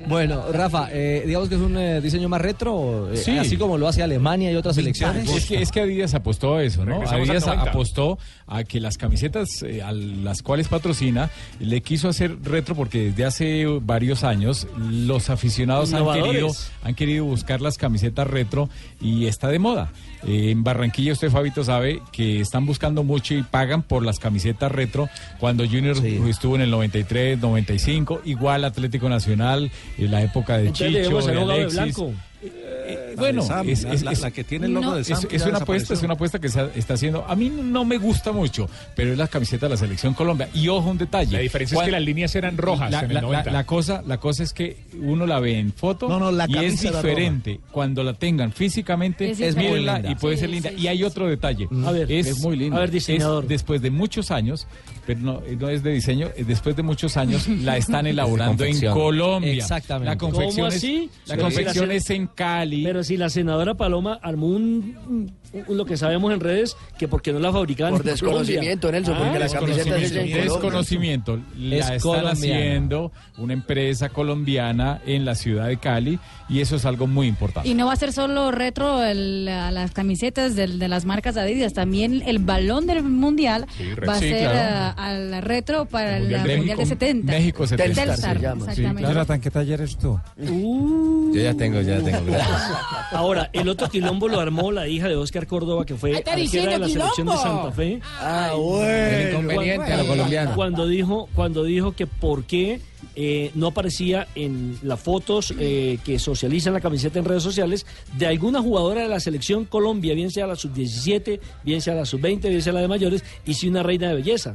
S11: Bueno, Rafa, eh, digamos que es un eh, diseño más retro, eh,
S16: Sí.
S11: así como lo hace Alemania y otras selecciones.
S16: Es que, es que Adidas apostó a eso, ¿no?
S11: Regresamos al
S16: Adidas
S11: 90.
S16: apostó a que las camisetas eh, a las cuales patrocina le quiso hacer retro porque desde hace varios años los aficionados han
S12: Innovadores.
S16: querido, han querido buscar las camisetas retro y está de moda. Eh, en Barranquilla, usted Fabito sabe que están buscando mucho y pagan por las camisetas retro. Cuando Junior estuvo en el 93, 95, igual Atlético Nacional, en la época de
S12: Entonces
S16: Chicho,
S12: debemos
S16: de
S12: haber jugado de
S16: Alexis.
S12: blanco.
S16: Eh, bueno,
S12: Sam,
S16: es,
S12: la-
S16: es-
S12: la-
S16: es-
S12: la que tiene el logo No. de Sam,
S16: es-
S12: que
S16: es
S12: ya
S16: una apuesta,
S12: desapareció.
S16: es una apuesta que se ha- está haciendo. A mí no me gusta mucho, pero es la camiseta de la selección Colombia. Y ojo un detalle.
S22: La diferencia es que las líneas eran rojas
S16: La,
S22: en el
S16: la-
S22: 90.
S16: la- la cosa, la cosa es que uno la ve en foto
S22: No, no, la
S16: y es
S22: camisa era roja.
S16: diferente. Cuando la tengan físicamente, Es es diferente. mírenla linda. y puede Sí, ser linda. sí, y hay otro detalle.
S12: Mm. A ver,
S16: es,
S12: es muy linda. a ver,
S16: es
S12: diseñador.
S16: después de muchos años, pero no, no es de diseño, es después de muchos años la están elaborando en confección. Colombia. Exactamente. La ¿Cómo confección es-
S12: así?
S16: la confección es en Cali.
S12: Pero si la senadora Paloma armó un, un- un- lo que sabemos en redes, que porque no la fabricaban
S10: Por
S12: en Colombia. Ah,
S10: desconocimiento, Nelson, porque la camiseta
S16: desconocimiento,
S10: dice Colombia.
S16: desconocimiento. La
S10: Es
S16: están
S10: colombiana.
S16: haciendo una empresa colombiana en la ciudad de Cali y eso es algo muy importante.
S13: Y no va a ser solo retro el- la- las camisetas del- de las marcas Adidas, también el balón del mundial
S16: Sí, re-
S13: va a
S16: sí,
S13: ser
S16: claro.
S13: ah, al retro para el,
S16: Mundial de
S13: mundial de
S16: México-
S13: 70.
S16: México 70,
S13: Telstar,
S16: se llama.
S13: exactamente.
S12: ¿qué taller eres tú? Uh, Yo
S7: ya tengo, ya tengo.
S12: Ahora, el otro quilombo lo armó la hija de Óscar Córdoba, que fue
S29: Ah, está
S12: arquera de la
S29: diciendo
S12: selección de
S29: quilombo.
S12: Santa Fe.
S29: Ah, bueno.
S7: El inconveniente a lo colombiano.
S12: Cuando dijo, cuando dijo que por qué eh, no aparecía en las fotos eh, que socializan la camiseta en redes sociales de alguna jugadora de la selección Colombia, bien sea la sub-17, bien sea la sub-20, bien sea la de mayores, y si una reina de belleza.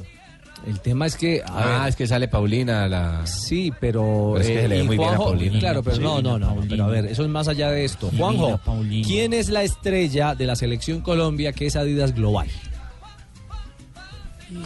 S11: El tema es que.
S7: Ah, es que sale Paulina la.
S11: Sí, pero.
S7: es que
S11: eh,
S7: se le ve
S11: y
S7: muy bien a
S11: Juanjo,
S7: Paulina.
S11: Claro, pero no, no, no,
S7: Paulina.
S11: Pero a ver, eso es más allá de esto.
S7: Divina
S11: Juanjo,
S7: Paulina.
S11: ¿quién es la estrella de la selección Colombia que es Adidas Global?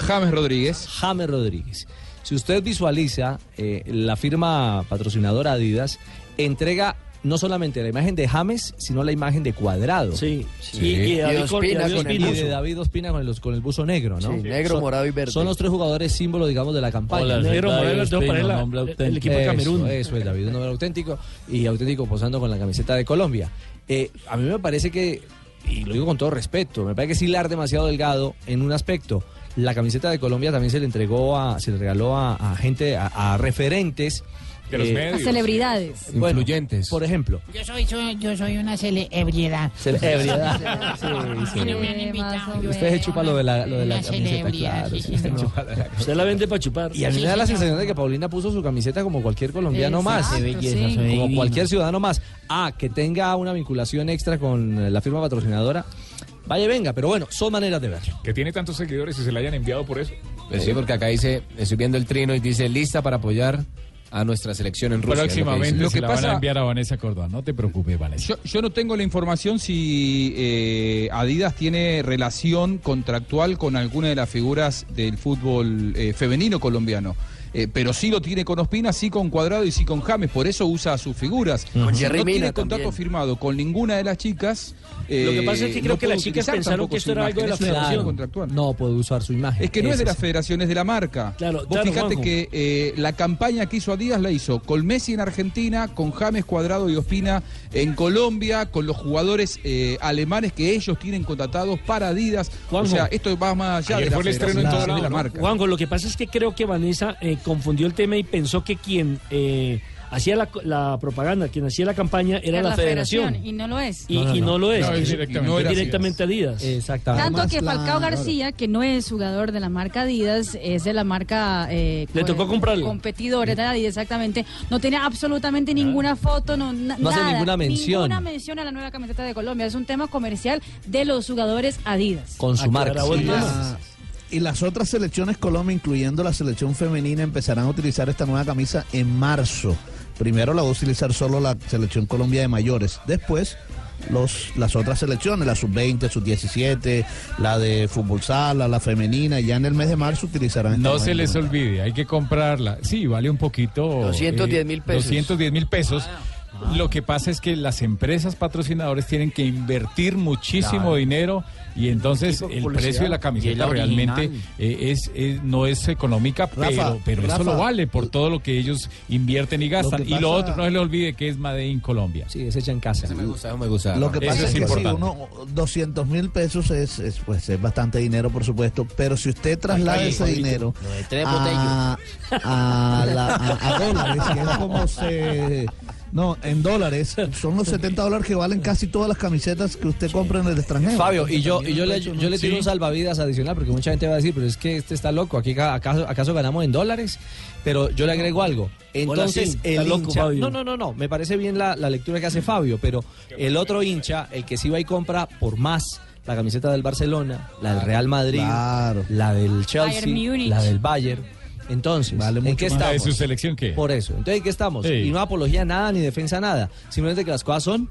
S7: James Rodríguez.
S11: James Rodríguez. Si usted visualiza eh, la firma patrocinadora Adidas, entrega no solamente la imagen de James, sino la imagen de Cuadrado.
S12: Sí,
S10: Sí. Y- y de David Cor- y de David Ospina.
S11: Y de David Ospina con el, con el buzo negro, ¿no?
S10: Sí, negro,
S11: Son-
S10: morado y verde.
S11: Son los tres jugadores símbolo, digamos, de la campaña.
S10: Hola, Negro, David morado y verde, Ospina, para él, nombre el- el auténtico. equipo de
S11: Eso,
S10: Camerún.
S11: Eso, es David, un nombre auténtico y auténtico posando con la camiseta de Colombia. Eh, a mí me parece que, y lo digo con todo respeto, me parece que es hilar demasiado delgado en un aspecto. La camiseta de Colombia también se le entregó a, se le regaló a, a gente, a, a referentes.
S13: De
S11: Eh,
S13: los medios. A celebridades.
S11: Influyentes. Por ejemplo.
S19: Yo soy, soy- yo soy una celebridad.
S11: Celebridad.
S13: Ah,
S19: Sí, no me han invitado. yo
S11: Usted se chupa lo de la, lo de la
S19: Una
S11: camiseta,
S19: celebridad,
S11: claro.
S19: sí,
S11: sí, usted chupa la-
S12: Usted la vende para chupar.
S11: Y a mí me da la sensación de que Paulina puso su camiseta como cualquier colombiano más.
S12: Qué belleza, sí.
S11: Como
S12: soy divino.
S11: cualquier ciudadano más. Ah, que tenga una vinculación extra con eh, la firma patrocinadora. Vaya, y venga, pero bueno, son maneras de verlo.
S22: Que tiene tantos seguidores y se la hayan enviado por eso.
S7: Pues sí, porque acá dice, estoy viendo el trino y dice lista para apoyar a nuestra selección en Rusia. es lo que
S16: Próximamente
S7: dice.
S16: se la van a enviar a Vanessa Córdoba. No te preocupes, Vanessa.
S18: Yo, yo no tengo la información si eh, Adidas tiene relación contractual con alguna de las figuras del fútbol eh, femenino colombiano. Eh, pero sí lo tiene con Ospina, sí con Cuadrado y sí con James, por eso usa a sus figuras.
S12: Con
S18: Si
S12: Jerry
S18: no tiene
S12: Mina
S18: contrato
S12: también.
S18: firmado con ninguna de las chicas.
S11: Eh,
S18: eh,
S12: Lo que pasa es que creo que
S18: puede
S12: las chicas
S18: utilizar
S12: pensaron
S18: tampoco
S12: que esto
S18: su
S12: era algo de
S18: imagen,
S12: la
S18: es una relación
S11: Claro,
S18: contractual.
S11: no puede usar su imagen.
S18: Es que no es de
S11: Ese
S18: las federaciones de la marca.
S12: Claro,
S18: Vos
S12: claro,
S18: fijate
S12: Juanjo.
S18: que eh, la campaña que hizo Díaz la hizo con Messi en Argentina, con James Cuadrado y Ospina en Colombia, con los jugadores eh, alemanes que ellos tienen contratados para Adidas. O sea, esto va más allá de la, federación, de la marca.
S12: Juanjo, lo que pasa es que creo que Vanessa eh, confundió el tema y pensó que quien eh, hacía la, la propaganda, quien hacía la campaña era,
S13: Era
S12: la, federación.
S13: Y no lo es.
S12: Y, y no lo es.
S16: No, es
S12: Y- y
S16: directamente
S12: no es
S16: Adidas.
S12: directamente Adidas.
S11: Exactamente.
S13: Tanto que Falcao García, que no es jugador de la marca Adidas, es de la marca eh,
S12: Le
S13: co-
S12: tocó comprarlo.
S13: competidora de Adidas, exactamente. No tiene absolutamente ninguna foto, no, na-
S11: No hace
S13: nada,
S11: ninguna mención.
S13: ninguna mención a la nueva camiseta de Colombia. Es un tema comercial de los jugadores Adidas.
S11: Con
S3: Ah,
S11: su marca.
S3: Y, la- y las otras selecciones Colombia, incluyendo la selección femenina, empezarán a utilizar esta nueva camisa en marzo. Primero la va a utilizar solo la selección Colombia de mayores. Después los, las otras selecciones, la sub-20, sub-17, la de fútbol sala, la femenina, y ya en el mes de marzo utilizarán. esta
S16: No
S3: nueva
S16: se les
S3: camisa.
S16: olvide, hay que comprarla. Sí, vale un poquito.
S3: 210 mil pesos.
S16: 210 mil pesos. Lo que pasa es que las empresas patrocinadores tienen que invertir muchísimo
S22: Claro.
S16: dinero y entonces el
S22: publicidad.
S16: precio de la
S22: Y es
S16: camiseta
S22: la original.
S16: realmente eh, es, es- no es económica,
S22: Rafa,
S16: pero, pero eso
S22: Rafa,
S16: lo vale por todo lo que ellos invierten y gastan.
S22: que
S16: y lo
S22: pasa-
S16: otro, no se le olvide que es Made in Colombia.
S11: Sí, es hecha en casa.
S16: me gusta, me gusta.
S3: Lo que
S16: Eso
S3: pasa
S16: es
S3: es, que si
S16: importante.
S3: uno, 200 mil pesos es, es, pues, es bastante dinero, por supuesto, pero si usted traslada
S26: Ay,
S3: ese
S26: Fabito,
S3: dinero
S26: lo de tres
S3: a, a, la- a- a dólares, que es como se... No, en dólares, son los 70 dólares que valen casi todas las camisetas que usted compra en el extranjero.
S11: Fabio,
S12: pues
S11: y yo, y yo, le,
S3: Entonces,
S11: yo le tiro
S3: sí.
S11: un salvavidas adicional porque mucha gente va a decir, pero es que este está loco, aquí ca- acaso, acaso ganamos en dólares, pero yo le agrego algo. Entonces,
S12: sí, está
S11: el
S12: loco,
S11: hincha,
S12: Fabio.
S11: no, no, no, no, me parece bien la, la lectura que hace Fabio, pero el otro hincha, el que sí va y compra por más la camiseta del Barcelona, la del Real Madrid, la del Chelsea,
S13: Bayern Múnich.
S11: la del Bayern. Entonces, ¿en qué
S16: ¿La de
S11: estamos?
S16: su selección qué?
S11: Por eso. Entonces, ¿en qué estamos?
S16: Sí.
S11: Y no apología a nada ni defensa a nada. Simplemente que las cosas son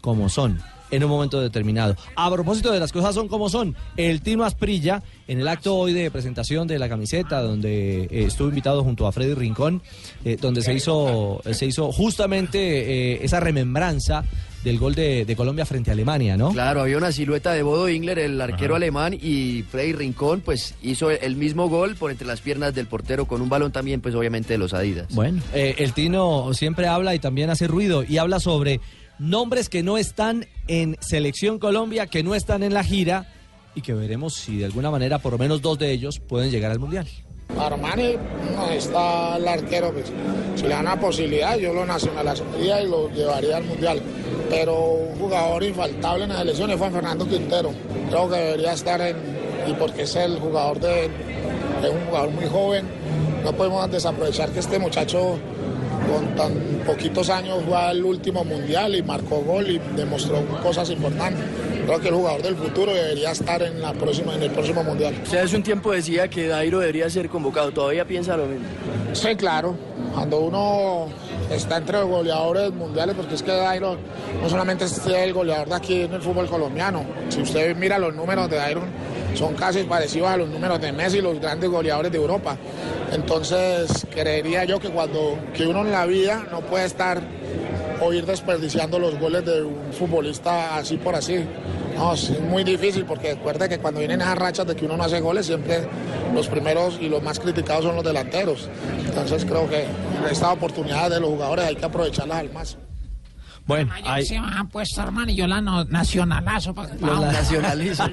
S11: como son en un momento determinado. A propósito de las cosas son como son, el Tino Asprilla, en el acto hoy de presentación de la camiseta, donde eh, estuvo invitado junto a Freddy Rincón, eh, donde se hizo, eh, se hizo justamente eh, esa remembranza del gol de, de Colombia frente a Alemania, ¿no?
S10: Claro, había una silueta de Bodo Ingler, el arquero
S11: Ajá.
S10: alemán, y Freddy Rincón, pues hizo el mismo gol por entre las piernas del portero con un balón también, pues obviamente de los Adidas.
S11: Bueno, eh, el Tino siempre habla y también hace ruido y habla sobre nombres que no están en Selección Colombia, que no están en la gira y que veremos si de alguna manera por lo menos dos de ellos pueden llegar al Mundial.
S8: Armani no está el arquero. Pues. Si le dan la posibilidad, yo lo nacionalizaría y lo llevaría al mundial. Pero un jugador infaltable en las elecciones fue Fernando Quintero. Creo que debería estar en. Y porque es el jugador de. Es un jugador muy joven. No podemos desaprovechar que este muchacho con tan poquitos años fue al último mundial y marcó gol y demostró cosas importantes. Creo que el jugador del futuro debería estar en, la próxima, en el próximo mundial.
S10: Usted hace un tiempo decía que Dairo debería ser convocado, todavía piensa lo mismo.
S8: Sí, claro. Cuando uno está entre los goleadores mundiales, porque es que Dairon no solamente es el goleador de aquí en el fútbol colombiano. Si usted mira los números de Dairon, son casi parecidos a los números de Messi, los grandes goleadores de Europa. Entonces, creería yo que cuando que uno en la vida no puede estar o ir desperdiciando los goles de un futbolista así por así. No, es muy difícil porque recuerda que cuando vienen esas rachas de que uno no hace goles, siempre los primeros y los más criticados son los delanteros. Entonces creo que esta oportunidad de los jugadores hay que aprovecharlas al máximo.
S11: Bueno,
S26: Ay, se me han puesto, hermano, y yo la no- nacionalazo. Pa,
S10: Lo nacionalizo,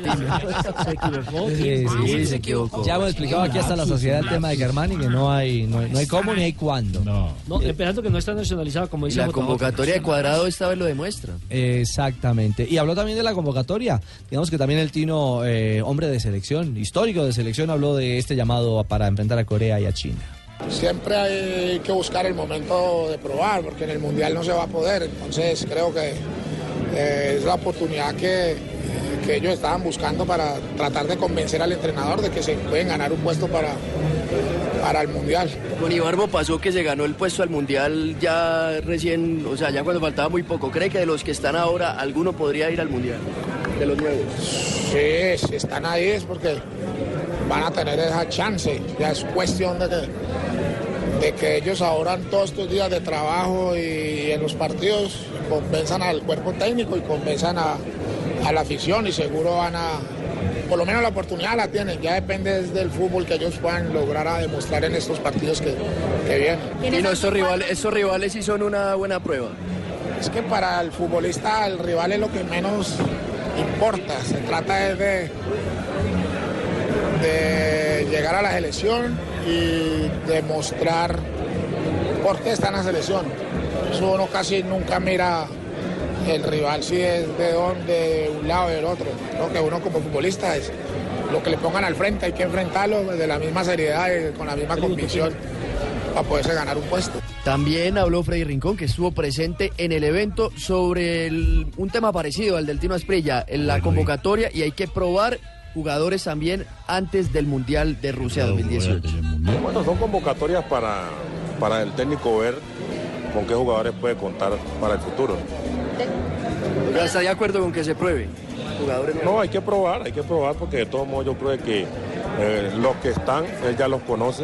S26: Se equivocó.
S11: Eh, Ya hemos explicado aquí hasta la sociedad el tema de Germán que no hay, no, hay- no hay cómo ni hay cuándo.
S12: No, empezando que no está nacionalizado, como
S10: Y
S12: dice
S10: la
S12: Botafogo.
S10: convocatoria de Cuadrado esta vez lo demuestra.
S11: Exactamente. Y habló también de la convocatoria. Digamos que también el Tino, eh, hombre de selección, histórico de selección, habló de este llamado para enfrentar a Corea y a China.
S8: Siempre hay que buscar el momento de probar, porque en el Mundial no se va a poder. Entonces creo que eh, es la oportunidad que, que ellos estaban buscando para tratar de convencer al entrenador de que se pueden ganar un puesto para, para el Mundial.
S10: Con Ibarbo pasó que se ganó el puesto al Mundial ya recién, o sea, ya cuando faltaba muy poco. ¿Cree que de los que están ahora, alguno podría ir al Mundial? De los nuevos.
S8: Sí, si están ahí es porque van a tener esa chance. Ya es cuestión de que, de que ellos ahora en todos estos días de trabajo y en los partidos compensan al cuerpo técnico y compensan a, a la afición y seguro van a,
S5: por lo menos la oportunidad la tienen. Ya depende es del fútbol que ellos puedan lograr a demostrar en estos partidos que, que vienen.
S10: Y no, estos rivales, estos rivales sí son una buena prueba.
S5: Es que para el futbolista el rival es lo que menos importa. Se trata es de, de llegar a la selección y demostrar por qué está en la selección. Eso uno casi nunca mira el rival si es de dónde, de un lado o del otro. Lo que uno como futbolista es lo que le pongan al frente, hay que enfrentarlo de la misma seriedad y con la misma convicción para poderse ganar un puesto.
S10: También habló Freddy Rincón, que estuvo presente en el evento sobre el, un tema parecido al del Tino Asprilla, en la convocatoria, y hay que probar jugadores también antes del Mundial de Rusia 2018.
S9: Bueno, son convocatorias para, para el técnico ver con qué jugadores puede contar para el futuro.
S10: Pero está de acuerdo con que se pruebe.
S9: Jugadores no, no, hay que probar, hay que probar porque de todos modos yo creo que eh, los que están, él ya los conoce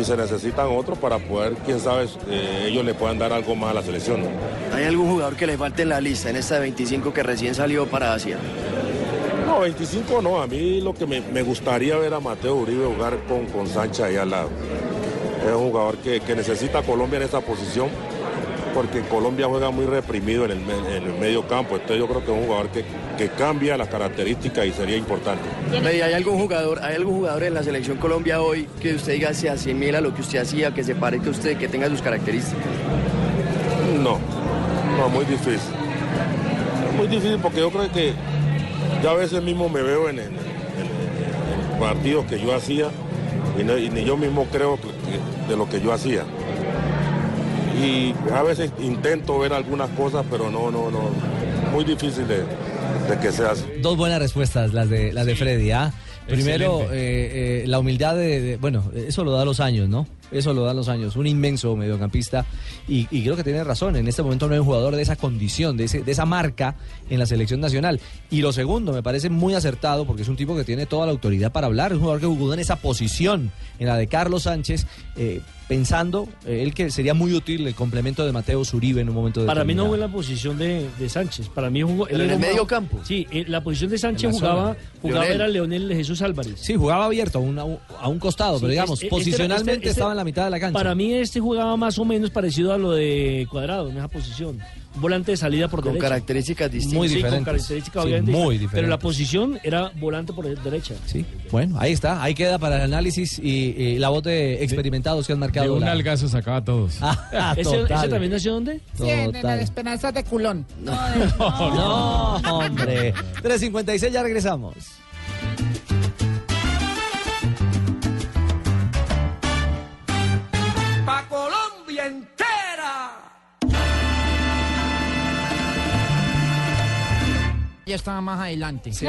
S9: y se necesitan otros para poder, quién sabe, eh, ellos le puedan dar algo más a la selección. ¿no?
S10: ¿Hay algún jugador que le falte en la lista en esta de 25 que recién salió para Asia?
S9: No, 25 no, a mí lo que me, me gustaría ver a Mateo Uribe jugar con, con Sancha ahí al lado. Es un jugador que, que necesita a Colombia en esa posición porque Colombia juega muy reprimido en el, en el, medio campo. Entonces yo creo que es un jugador que, que cambia las características y sería importante.
S10: ¿Hay algún jugador, hay algún jugador en la selección Colombia hoy que usted diga se asimila a lo que usted hacía, que se parezca a usted, que tenga sus características?
S9: No, no, muy difícil. Es muy difícil porque yo creo que ya a veces mismo me veo en, en, en partidos que yo hacía y, no, y, ni yo mismo creo que, de lo que yo hacía y a veces intento ver algunas cosas, pero no, no, no, muy difícil de, de que se hace.
S11: Dos buenas respuestas las de las de Freddy, ¿ah? ¿eh? Primero, eh, eh, la humildad de, de, bueno, eso lo da los años, ¿no? Eso lo dan los años. Un inmenso mediocampista. Y, y, creo que tiene razón. En este momento no hay un jugador de esa condición, de, ese, de esa marca en la selección nacional. Y lo segundo, me parece muy acertado porque es un tipo que tiene toda la autoridad para hablar. Es un jugador que jugó en esa posición, en la de Carlos Sánchez pensando eh, él que sería muy útil el complemento de Mateo Zuribe en un momento de
S12: Para mí no fue la posición de, de Sánchez, para mí jugó
S10: en el jugaba, medio campo.
S12: Sí, eh, la posición de Sánchez jugaba zona. jugaba Leonel. era Leonel Jesús Álvarez.
S11: Sí, jugaba abierto a, una, a un costado, sí, pero digamos, este, posicionalmente este, este, estaba en la mitad de la cancha.
S12: Para mí este jugaba más o menos parecido a lo de Cuadrado en esa posición. Volante de salida por
S10: con
S12: derecha.
S10: características distintas.
S11: Muy diferentes. Sí, con características
S12: sí, obviamente muy diferentes. Pero la posición era volante por derecha.
S11: Sí, bueno, ahí está. Ahí queda para el análisis y, y la voz de experimentados que han marcado.
S16: De un algazo sacaba a todos.
S12: Ah, ¿Ese, ¿Ese, también nació dónde?
S19: Sí, en, en el Esperanza de Culón.
S11: No, no, no hombre. 3.56, ya regresamos.
S4: Pa' Colombia entera.
S19: Ya estaba más adelante. Sí.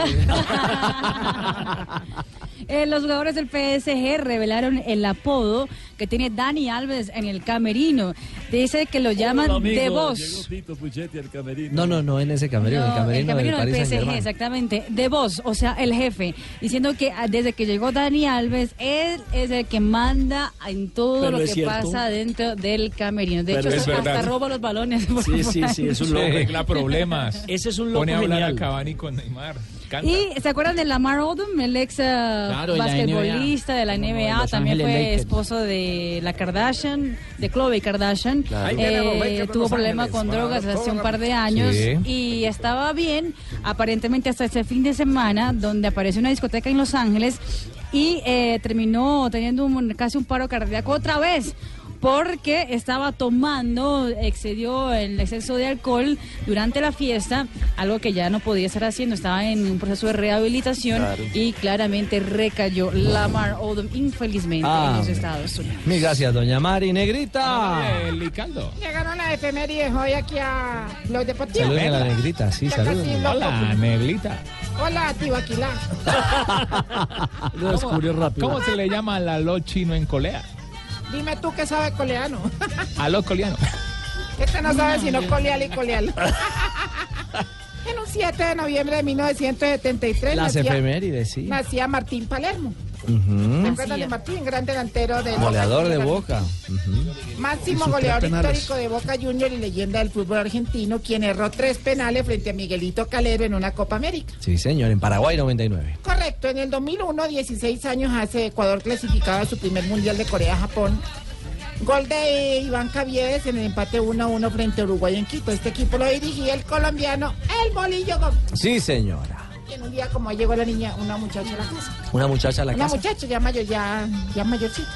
S13: Eh, los jugadores del PSG revelaron el apodo que tiene Dani Alves en el camerino. Dice que lo llaman
S24: Hola, amigo,
S13: de voz.
S11: No, no, no en ese camerino.
S13: No,
S11: el camerino, el
S13: camerino del,
S11: del
S13: PSG, exactamente. De voz, o sea, el jefe. Diciendo que ah, desde que llegó Dani Alves, él es el que manda en todo Pero lo que cierto. pasa dentro del camerino. De Pero hecho, hasta verdad. roba los balones.
S12: Sí, sí, sí, es un loco.
S1: Arregla problemas.
S12: Ese es un loco
S1: Pone a hablar
S12: genial.
S1: a Cavani con Neymar.
S13: Canta. ¿Y se acuerdan de Lamar Odom, el ex uh, claro, basquetbolista de la NBA? No, también fue Lakers. esposo de la Kardashian, de Chloe Kardashian. Claro. Eh, eh, tuvo problemas con drogas hace un par de años sí. y estaba bien, aparentemente hasta este fin de semana, donde apareció una discoteca en Los Ángeles y eh, terminó teniendo un, casi un paro cardíaco otra vez porque estaba tomando, excedió el exceso de alcohol durante la fiesta, algo que ya no podía estar haciendo, estaba en un proceso de rehabilitación claro. y claramente recayó Lamar Odom infelizmente ah, en los Estados Unidos.
S11: Mil gracias, doña Mari Negrita.
S1: El Licardo.
S19: Llegaron las efemérides hoy aquí a los deportivos.
S11: Saluden a la Negrita, sí, saluden.
S1: Hola, Negrita.
S19: Hola, Tibaquilá.
S12: Lo descubrió rápido.
S1: ¿Cómo se le llama al aló chino en Colea?
S19: Dime tú que sabes coleano.
S1: Aló, coleano.
S19: Este no sabe sino coleal y coleal. en un 7 de noviembre de 1973.
S11: Las nacía, efemérides, sí. Mm.
S19: Nacía Martín Palermo. Recuerdan de Martín, gran delantero de
S22: Goleador
S19: Boca
S22: de
S19: Juniors.
S22: Boca.
S19: Máximo
S22: Hizo tres
S19: goleador
S22: penales.
S19: histórico de Boca Juniors y leyenda del fútbol argentino, quien erró tres penales frente a Miguelito Calero en una Copa América.
S11: Sí, señor, en Paraguay 99.
S19: Correcto, en el 2001, 16 años hace Ecuador clasificado a su primer mundial de Corea-Japón. Gol de Iván Caviedes en el empate 1-1 frente a Uruguay en Quito. Este equipo lo dirigía el colombiano El Bolillo Gómez.
S11: Sí, señora.
S19: Y en un día como llegó la niña, una muchacha a la casa.
S11: Una muchacha a la
S19: una
S11: casa.
S19: muchacha ya mayor, ya, ya mayorcita.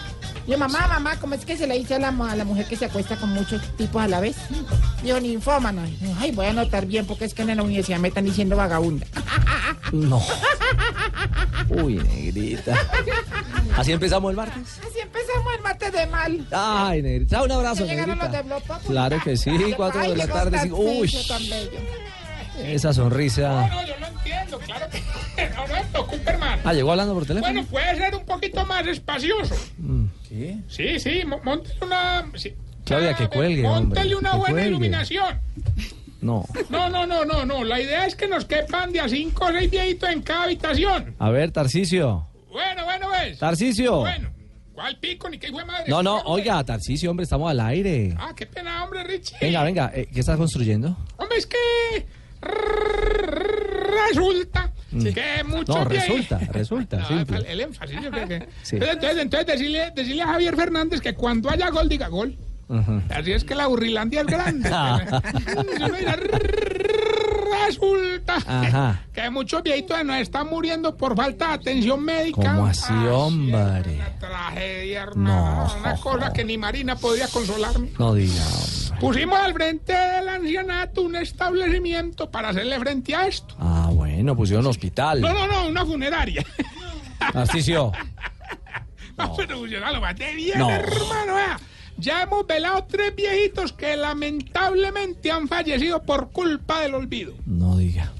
S19: Yo, mamá, mamá, ¿cómo es que se le dice a la, mu- a la mujer que se acuesta con muchos tipos a la vez? Digo, ninfómana. Digo, Ay, voy a anotar bien porque es que en la universidad me están diciendo vagabunda.
S11: No. Uy, negrita. Así empezamos el martes.
S19: Así empezamos el martes de mal.
S11: Ay, negrita. Ah, Un abrazo,
S19: Ya llegaron los de
S11: negrita.
S19: Blog Populi.
S11: Claro que sí,
S19: Ay,
S11: cuatro de la
S19: llegó
S11: tarde, sí. Uy.
S19: Tarcisio tan bello.
S11: Esa sonrisa.
S25: No, yo lo entiendo, claro que Roberto Cooperman.
S11: Ah, llegó hablando por teléfono.
S25: Bueno, puede ser un poquito más espacioso.
S11: ¿Qué?
S25: Sí, sí, mo- móntale una. sí,
S11: Claudia, que cuelgue, hombre.
S25: móntale una
S11: que
S25: buena
S11: cuelgue.
S25: iluminación.
S11: No.
S25: No, no, no, no, no. La idea es que nos quepan de a cinco o seis viejitos en cada habitación.
S11: A ver, Tarcicio.
S25: Bueno, bueno, ves.
S11: Tarcicio.
S25: Bueno, ¿cuál pico ni qué hijo de madre?
S11: No, no, oiga, Tarcicio, hombre, estamos al aire.
S25: Ah, qué pena, hombre, Richie.
S11: Venga, venga, eh, ¿qué estás construyendo?
S25: Hombre, es que. Resulta que Ah, muchos
S11: No,
S25: viejitos-
S11: resulta, resulta, simple.
S25: El, el énfasis, yo creo que.
S11: Sí.
S25: Pero entonces, entonces decirle, decirle a Javier Fernández que cuando haya gol, diga gol.
S11: Ujú.
S25: Así es que la burrilandia es grande. Yo me dirá, Resulta
S11: Ajá.
S25: que muchos viejitos nos están muriendo por falta de atención médica.
S11: ¿Cómo así, hombre?
S25: Tragedia, hermano.
S11: No,
S25: Una cosa que ni Marina podría consolarme.
S11: no diga.
S25: Pusimos al frente del ancianato un establecimiento para hacerle frente a esto.
S11: Ah, bueno, pusieron hospital.
S25: No, no, no, una funeraria.
S11: Tarcicio.
S25: Vamos a solucionarlo, bate bien,
S11: No.
S25: hermano. vea. Ya hemos velado tres viejitos que lamentablemente han fallecido por culpa del olvido.
S11: No diga.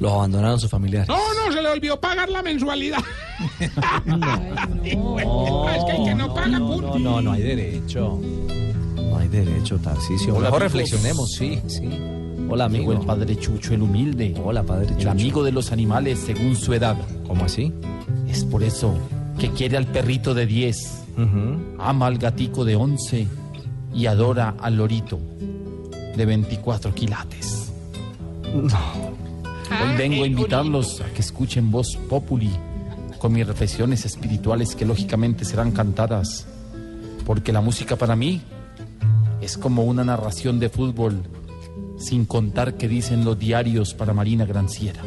S11: Los abandonaron sus familiares.
S25: ¿Eh? No, no, se le olvidó pagar la mensualidad. no, es que el que no paga, puta.
S11: No, no, no hay derecho. No hay derecho, Tarcicio.
S25: Hola,
S11: Mejor
S25: amigos.
S11: reflexionemos, sí, sí. Hola, amigo.
S21: el padre Chucho el humilde.
S11: Hola, padre
S21: El
S11: Chucho.
S21: amigo de los animales según su edad.
S11: ¿Cómo así?
S21: Es por eso que quiere al perrito de 10, ama al gatico de 11 y adora al lorito de 24 quilates. Hoy vengo a invitarlos a que escuchen Voz Populi con mis reflexiones espirituales que lógicamente serán cantadas, porque la música para mí es como una narración de fútbol, sin contar que dicen los diarios para Marina Granciera.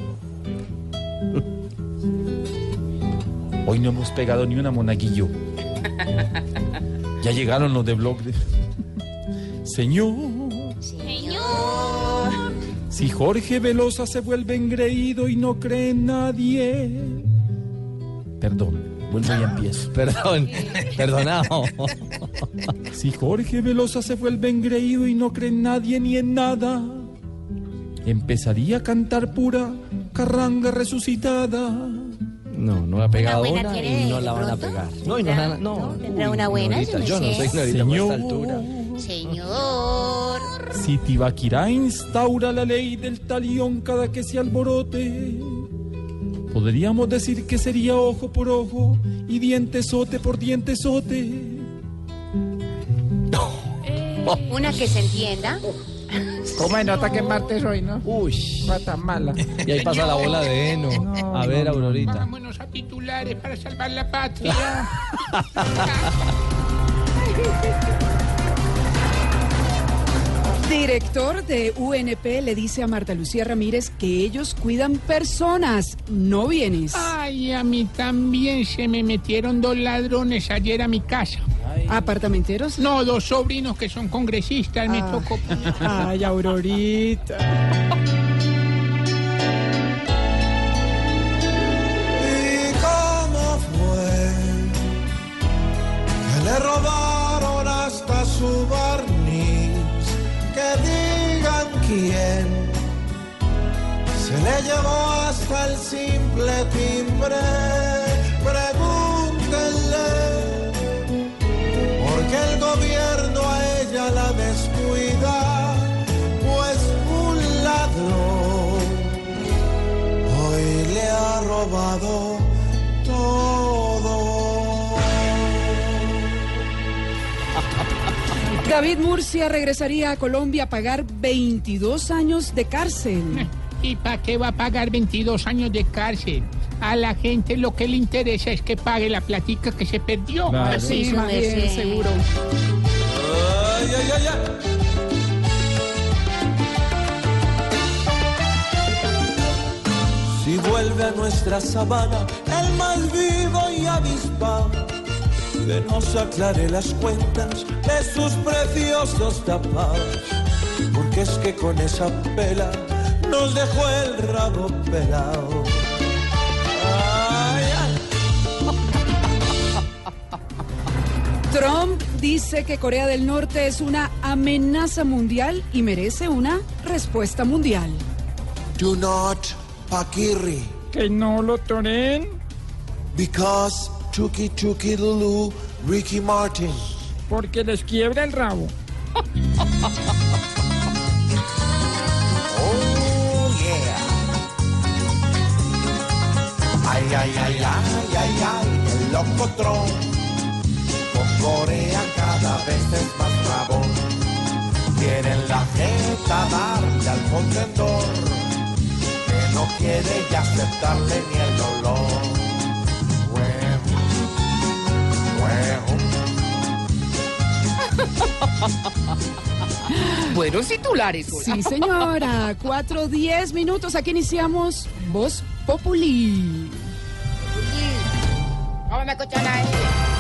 S21: Hoy no hemos pegado ni una monaguillo. Ya llegaron los de blog. de- Señor.
S24: Si Jorge Velosa se vuelve engreído y no cree en nadie.
S21: Perdón, vuelvo y empiezo.
S11: Perdón, perdonado.
S24: Si Jorge Velosa se vuelve engreído y no cree en nadie ni en nada. Empezaría a cantar pura carranga resucitada.
S11: No, no la ha pegado
S24: buena
S11: una
S24: tiene
S11: y no la van a pegar. No, y no, la- no.
S15: Tendrá una buena,
S11: Ignorita,
S15: yo
S11: yo
S15: no
S11: no
S15: sé.
S11: soy ignorita por esta altura.
S15: Señor.
S24: Si Tibaquirá instaura la ley del talión cada que se alborote, podríamos decir que sería ojo por ojo y dientesote por dientesote.
S15: Una que se entienda.
S19: ¿Cómo se nota que es martes hoy, no?
S11: Uy.
S19: Pata mala.
S11: Y ahí pasa la bola de heno. a ver, Aurorita.
S25: Vámonos a titulares para salvar la patria.
S17: Director de UNP le dice a Marta Lucía Ramírez que ellos cuidan personas, no bienes.
S25: Ay, a mí también se me metieron dos ladrones ayer a mi casa.
S17: ¿Apartamenteros? Ah.
S25: No, dos sobrinos que son congresistas, me tocó.
S17: Ay, Aurorita.
S4: ¿Y cómo fue que le robaron hasta su barniz? Que digan quién se le llevó hasta el simple timbre. Pregúntenle, porque el gobierno a ella la descuida, pues un ladrón hoy le ha robado todo.
S17: David Murcia regresaría a Colombia a pagar 22 años de cárcel.
S25: ¿Y para qué va a pagar 22 años de cárcel? A la gente lo que le interesa es que pague la platica que se perdió.
S17: Claro. Sí, Sí, su más merced. bien, seguro.
S4: Ay, ay, ay, ay. Si vuelve a nuestra sabana el más vivo y avispado, que nos aclare las cuentas de sus preciosos tapados, porque es que con esa pela nos dejó el rabo pelado. Ay, ay.
S17: Trump dice que Corea del Norte es una amenaza mundial y merece una respuesta mundial.
S4: Do not paquirri. Que no lo toren. Because Chucky Chucky Lulu Ricky Martin. Porque les quiebra el rabo. oh yeah. Ay, ay, ay, ay, ay, ay, el locotrón. Con Corea cada vez es más rabón. Quieren la jeta darle al contendor que no quiere ya aceptarle ni el dolor. Huevo, huevo.
S17: Buenos titulares.
S4: Lola.
S17: Sí, señora. 4, 10 minutos. Aquí iniciamos Voz Populi.
S19: Vamos a escuchar a él.